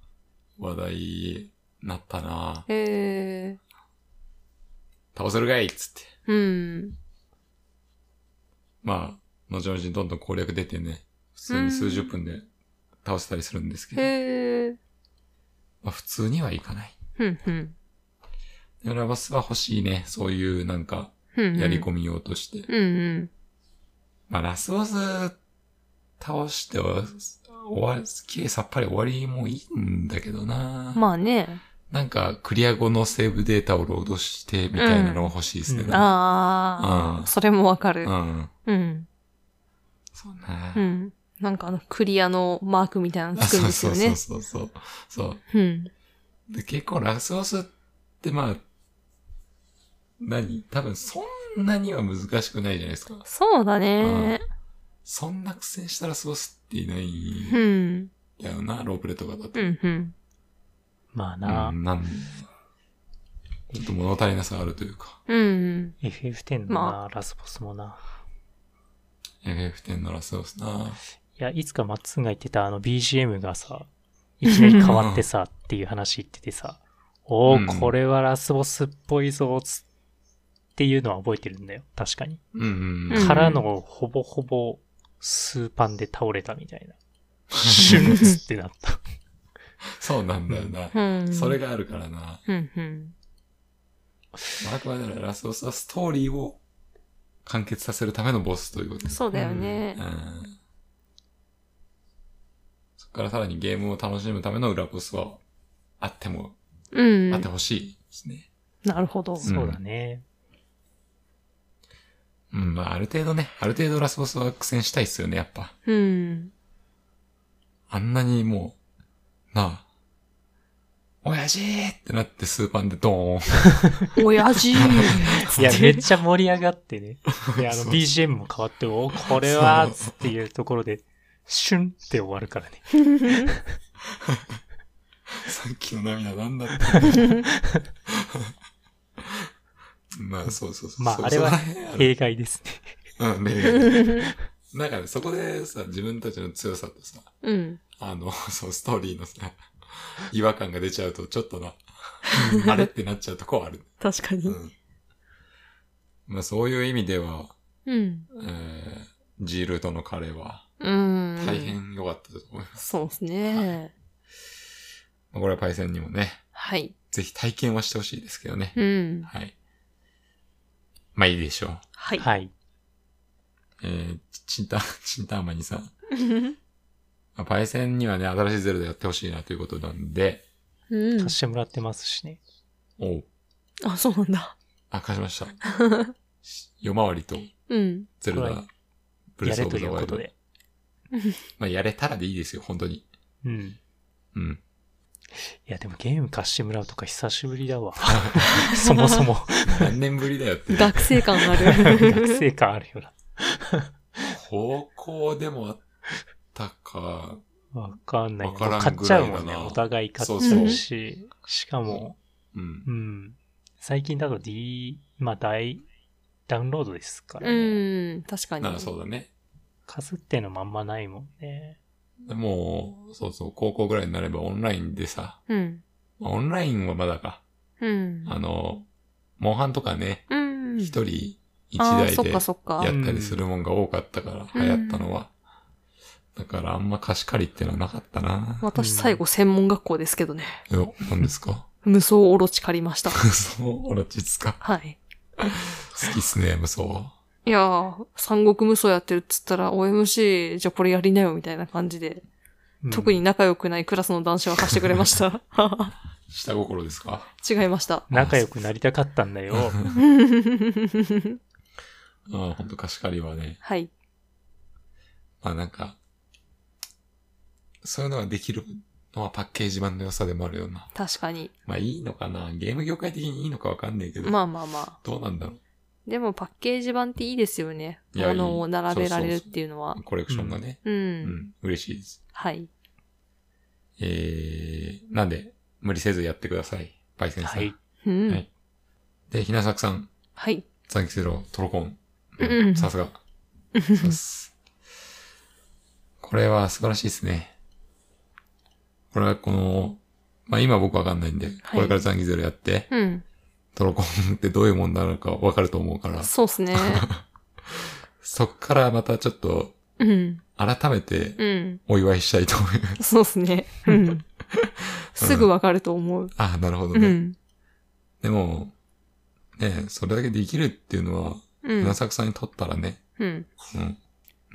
S1: 話題になったな
S2: へー
S1: 倒せるかいっつって。
S2: うん。
S1: まあ、後々どんどん攻略出てね、普通に数十分で倒せたりするんですけど、
S2: へー
S1: まあ普通にはいかない。
S2: うんうん
S1: でラバスは欲しいね。そういうなんか、
S2: うん。
S1: やり込みようとして。
S2: うんうん。
S1: まあラスボス倒しては、終わり、きれいさっぱり終わりもいいんだけどな、
S2: まあね。
S1: なんか、クリア後のセーブデータをロードして、みたいなのが欲しいですね。
S3: う
S1: な
S3: ん
S1: んか
S2: あ
S1: うん
S2: あ、それもわかる
S1: う。ん。
S2: うん。
S1: そうね。
S2: うん。なんかあの、クリアのマークみたいなの
S1: あ
S2: つくん
S1: そう
S2: です
S1: そ
S2: よ
S1: うそう
S2: ね。
S1: そうそう。そう。
S2: うん。
S1: で、結構ラスボスってまあ、何多分そんんなには難しくないじゃないですか。
S2: そうだね。
S1: そんな苦戦したら過ごすっていない
S2: うん。
S1: やろな、ロープレとかだと
S2: う。ん、うん。
S3: まあな、
S1: うん、なんちょっと物足りなさがあるというか、
S2: うん、うん。
S3: FF10 のな、
S2: ま
S3: ラスボスもな。
S1: FF10 のラスボスな。
S3: いや、いつかマッツンが言ってたあの BGM がさ、いきなり変わってさ、っていう話言っててさ、お
S1: うん
S3: ー、これはラスボスっぽいぞ、つっていうのは覚えてるんだよ。確かに。
S1: うんうん
S2: うん
S3: からの、ほぼほぼ、スーパンで倒れたみた いな。シュンっつってなった。
S1: そうなんだよな。
S2: うん。
S1: それがあるからな。
S2: うん、うん。
S1: あくまでラスボスはストーリーを完結させるためのボスということです。
S2: そうだよね
S1: う。ん。そこからさらにゲームを楽しむための裏ボスはあっても、
S2: うん。
S1: あってほしいですね。
S2: なるほど。
S1: ん
S3: そうだね。
S1: うん、まあある程度ね、ある程度ラスボスは苦戦したいっすよね、やっぱ。
S2: うん。
S1: あんなにもう、なあ、親父ってなってスーパンでドーン。
S2: 親父。
S3: いや、
S2: つ
S3: め
S2: て
S3: っちゃ盛り上がって ね。で、あの、
S1: そう
S3: BGM も変わって、おーこれは、
S1: そ
S3: つっていうところで、シュンって終わるからね。
S1: さっきの涙なんだったんだまあ、そうそうそう。
S3: ま
S1: そ
S3: あ、あれは
S1: そこら辺ある
S3: 弊害ですね。
S1: うん、ねなんかね、そこでさ、自分たちの強さとさ、
S2: うん。
S1: あの、 そう、ストーリーのさ、 違和感が出ちゃうと、ちょっとな、あれってなっちゃうとこはある。
S2: 確か
S1: う
S2: に。
S1: ん。まあ、そういう意味では、
S2: うん。
S1: えー、ジールとの彼は、
S2: うん。
S1: 大。変良かったと思います。
S2: そうですね。
S1: まあこれはパイセンにもね、
S2: はい。
S1: ぜひ体験はしてほしいですけどね。
S2: うん。
S1: はい。まあ、いいでしょう。
S2: はい。
S3: はい。
S1: えー、チン タ、チンターマニさん。まあパイセンにはね、新しいゼロでやってほしいなということなんで、
S2: うん
S3: 貸。してもらってますしね。
S1: おう
S2: あ、そうなんだ。
S1: あ、貸しました。 し夜回りと
S2: うん。
S1: ゼル
S3: は
S1: ダ
S3: い、
S1: ブレ
S3: や
S1: ス
S3: れ
S1: オ
S3: と
S1: ブ
S3: い
S1: ザ
S3: う
S1: ワ
S3: こ
S1: イ
S3: と
S1: ド。
S3: で。
S1: まあ、やれたらでいいですよ、本当に。
S3: うん。
S1: うん。
S3: いや、でもゲーム貸してもらうとか久しぶり だわ。そもそも。
S1: 何年ぶりだよって。
S2: 学生感 あ
S3: 学
S2: る。
S3: 生感あるよな。
S1: 高校でもあったか。
S3: わかんない。
S1: わからんぐら
S3: 買
S1: いだな
S3: っちゃうもんね。お互い買っちゃ
S2: そうう
S3: し。しかも、
S1: うん。
S3: うん。最近だと D、まあ、大、ダウンロードですからね。
S2: うん。確かに
S1: な。らそうだね。
S3: かすってのまんまないもんね。
S1: でもう、そうそう、高校ぐらいになればオンラインでさ、
S2: うん。
S1: まあオンラインはまだか。
S2: うん。
S1: あの、モンハンとかね、
S2: うん。
S1: 一人一
S2: あ
S1: 台
S2: ーそっ
S1: で
S2: かそっか。
S1: やったりするもんが多かったから、
S2: うん
S1: 流行ったのは。だからあんま貸し借りってのはなかったな。
S2: 私最後専門学校ですけどね。
S1: よ、何ですか
S2: 無双オロチ借りました。
S1: そう、オロチですか
S2: はい。
S1: 好きっすね、無双。
S2: いやー、三国無双やってるっつったら OMC、じゃあこれやりなよみたいな感じで、
S3: うん
S2: 特に。仲良くないクラスの男子は貸してくれま した。
S1: 下心ですか
S2: 違いました。
S3: 仲良くなりたかったんだよ。
S1: うん、ほんと貸し借りはね。
S2: はい。
S1: まあなんか、そういうのができるのはパッケージ版の良さでもあるよな。
S2: 確かに。
S1: まあいいのかなゲーム業界的にいいのかわかんないけど。
S2: まあまあま
S1: どうなんだろ
S2: あ。でもパッケージ版っていいですよね。
S1: いや
S2: 物を並べられる
S1: いい
S2: っ
S1: そうそうそう
S2: ていうのは
S1: う。コレクションがね。
S2: う
S1: うん、
S2: ん。
S1: 嬉しいです。
S2: はい。
S1: えー、なんで、無理せずやってください。パイセンさん。
S3: はい。
S2: う
S1: は
S2: ん。
S1: いで、ひなさくさん、
S2: はい。
S1: ザンキセロ、トロコン。
S2: うん
S1: うんさすが。そうっす。これは素晴らしいですね。これはこの、まあ今僕わかんないんで、これからザンギゼロやって、
S2: うん。
S1: トロコンってどういうもんなのかわかると思うから、
S2: そう っすね。
S1: そっからまたちょっと
S2: うん。
S1: 改めて
S2: うん。
S1: お祝いしたいと思います。
S2: そうっすね。うん。すぐわかると思う。
S1: ああ、なるほど
S2: う
S1: ね。
S2: ん。
S1: でも、ねそれだけできるっていうのは、
S2: う
S1: ひ
S2: ん
S1: な。さくさんにとったらね、
S2: うん。
S1: うん、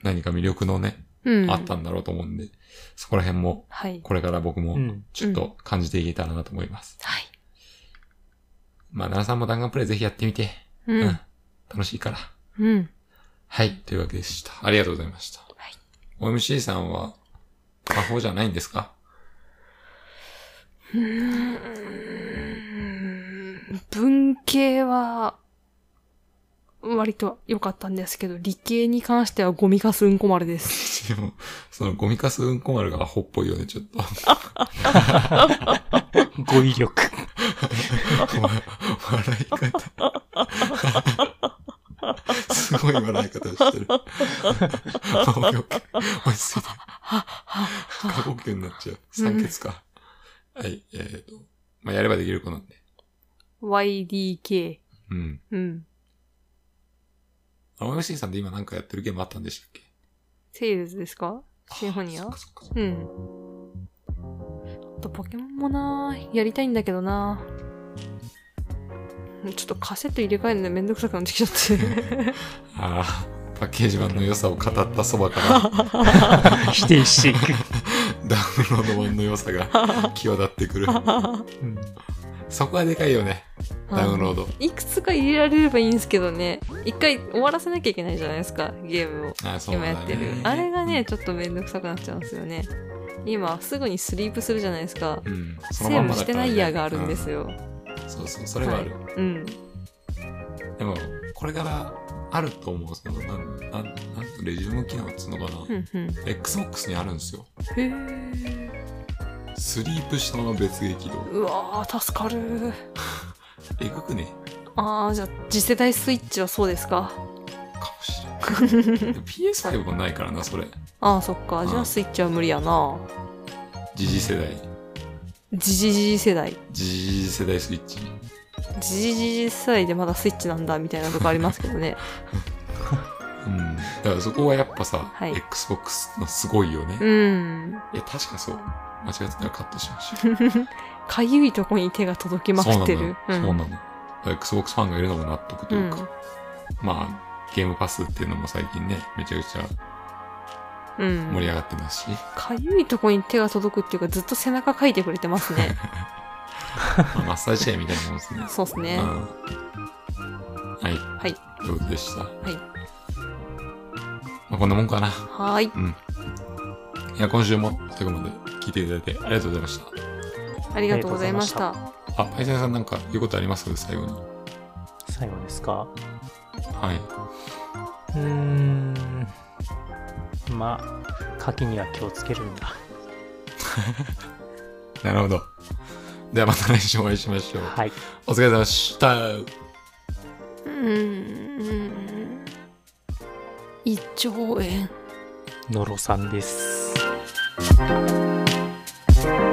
S1: 何か魅力のね、
S2: うん。
S1: あったんだろうと思うんで、そこら辺も、
S2: はい。
S1: これから僕も、
S3: うん。
S1: ちょっと感じていけたらなと思います。
S2: はい。
S1: まあ、奈良さんも弾丸プレイぜひやってみて。
S2: う
S1: うんん。。楽しいから。
S2: うん。
S1: はい。というわけでした。ありがとうございました。はい。OMC さんは、魔法じゃないんですか
S2: うーん文系は、割と良かったんですけど、理系に関してはゴミかすうんこ丸です。
S1: でも、そのゴミカスうんこ丸がアホっぽいよね、ちょっと。
S3: 語彙力。
S1: 笑い方。すごい笑い方してる。落ち着いて。過呼吸になっちゃう。酸欠か。はい、えっ、ー、と。まあ、やればできる子なんで。
S2: YDK。
S1: うん。
S2: うん。
S1: あ、おやしさんで今なんかやってるゲームあったんでしたっけ
S2: セイルズですかシンフォニア
S1: あそっかそっか
S2: うん。あとポケモンもなやりたいんだけどなちょっとカセット入れ替えるのめんどくさくなってきちゃ って。
S1: ああ、パッケージ版の良さを語ったそば から、
S3: 否定して いく。
S1: ダウンロード版の良さが際立ってくる。
S3: うん
S1: そこはでかいよね。ダウンロー
S2: ド。
S1: ド。
S2: いくつか入れられればいいんですけどね。一回終わらせなきゃいけないじゃないですか、ゲームを。
S1: あそう
S2: 今
S1: なん
S2: や
S1: だ
S2: って
S1: よね
S2: る。あれがね、ちょっとめんどくさくなっちゃうんですよね。今、すぐにスリープするじゃないですか。
S1: うん。その
S2: セ
S1: ま
S2: ー
S1: ん
S2: ブ
S1: まだか
S2: して
S1: ら
S2: な
S1: ね
S2: いやがあるんですよ。
S1: そうそう、それはある。
S2: うん。
S1: でも、これからあると思う。その、なん、なん、なんレジュム機能っつうのか
S2: ふ
S1: な。
S2: んふん。へ
S1: Xbox にあるんですよ。
S2: え。
S1: スリープしたまま別劇動。
S2: うわー、助かる。
S1: えぐくね
S2: ああ、じゃあ、次世代スイッチはそうですか。
S1: かもしれない。PS5 もないからな、それ。
S2: ああ、そっか。じゃ
S1: う
S2: あ、
S1: ん
S2: スイッチは無理やな。
S1: ジジ世代。
S2: じじじじ世代。
S1: ジジ世代スイッチ。
S2: じじじじ世代でまだスイッチなんだ、みたいなとこありますけど ね。
S1: うん。だからそこはやっぱさ、
S2: はい
S1: Xbox のすごいよね。
S2: う
S1: い
S2: ん。
S1: や、確かそう。間違ってたらカットしましょう。
S2: かゆいとこに手が届き まくってる。
S1: そうなのよ。そううんなの。だから Xbox ファンがいるのも納得というか。まあ、ゲームパスっていうのも最近ね、めちゃくちゃ
S2: うん。
S1: 盛り上がってますし、
S2: かゆいとこに手が届くっていうか、ずっと背中かいてくれてますね。
S1: まあマッサージチェアみたいなもんですね。
S2: そうです
S1: う
S2: ね。
S1: ん。。はい。はいということでした。はいまあ、こんなもんかな。
S2: はーい。
S1: うん。いや、今週も最後まで聞いていただいてありがとうございました。
S2: ありがとうございました。
S1: あ、パイセンさんなんか言うことあります最後に。
S3: 最後ですか。
S1: はい。
S3: うーん。まあ、牡蠣には気をつけるんだ。
S1: なるほど。ではまた来週お会いしましょう。
S3: はい。
S1: お疲れ様でした。
S2: うーん。一兆円。
S3: のろさんです。
S1: 「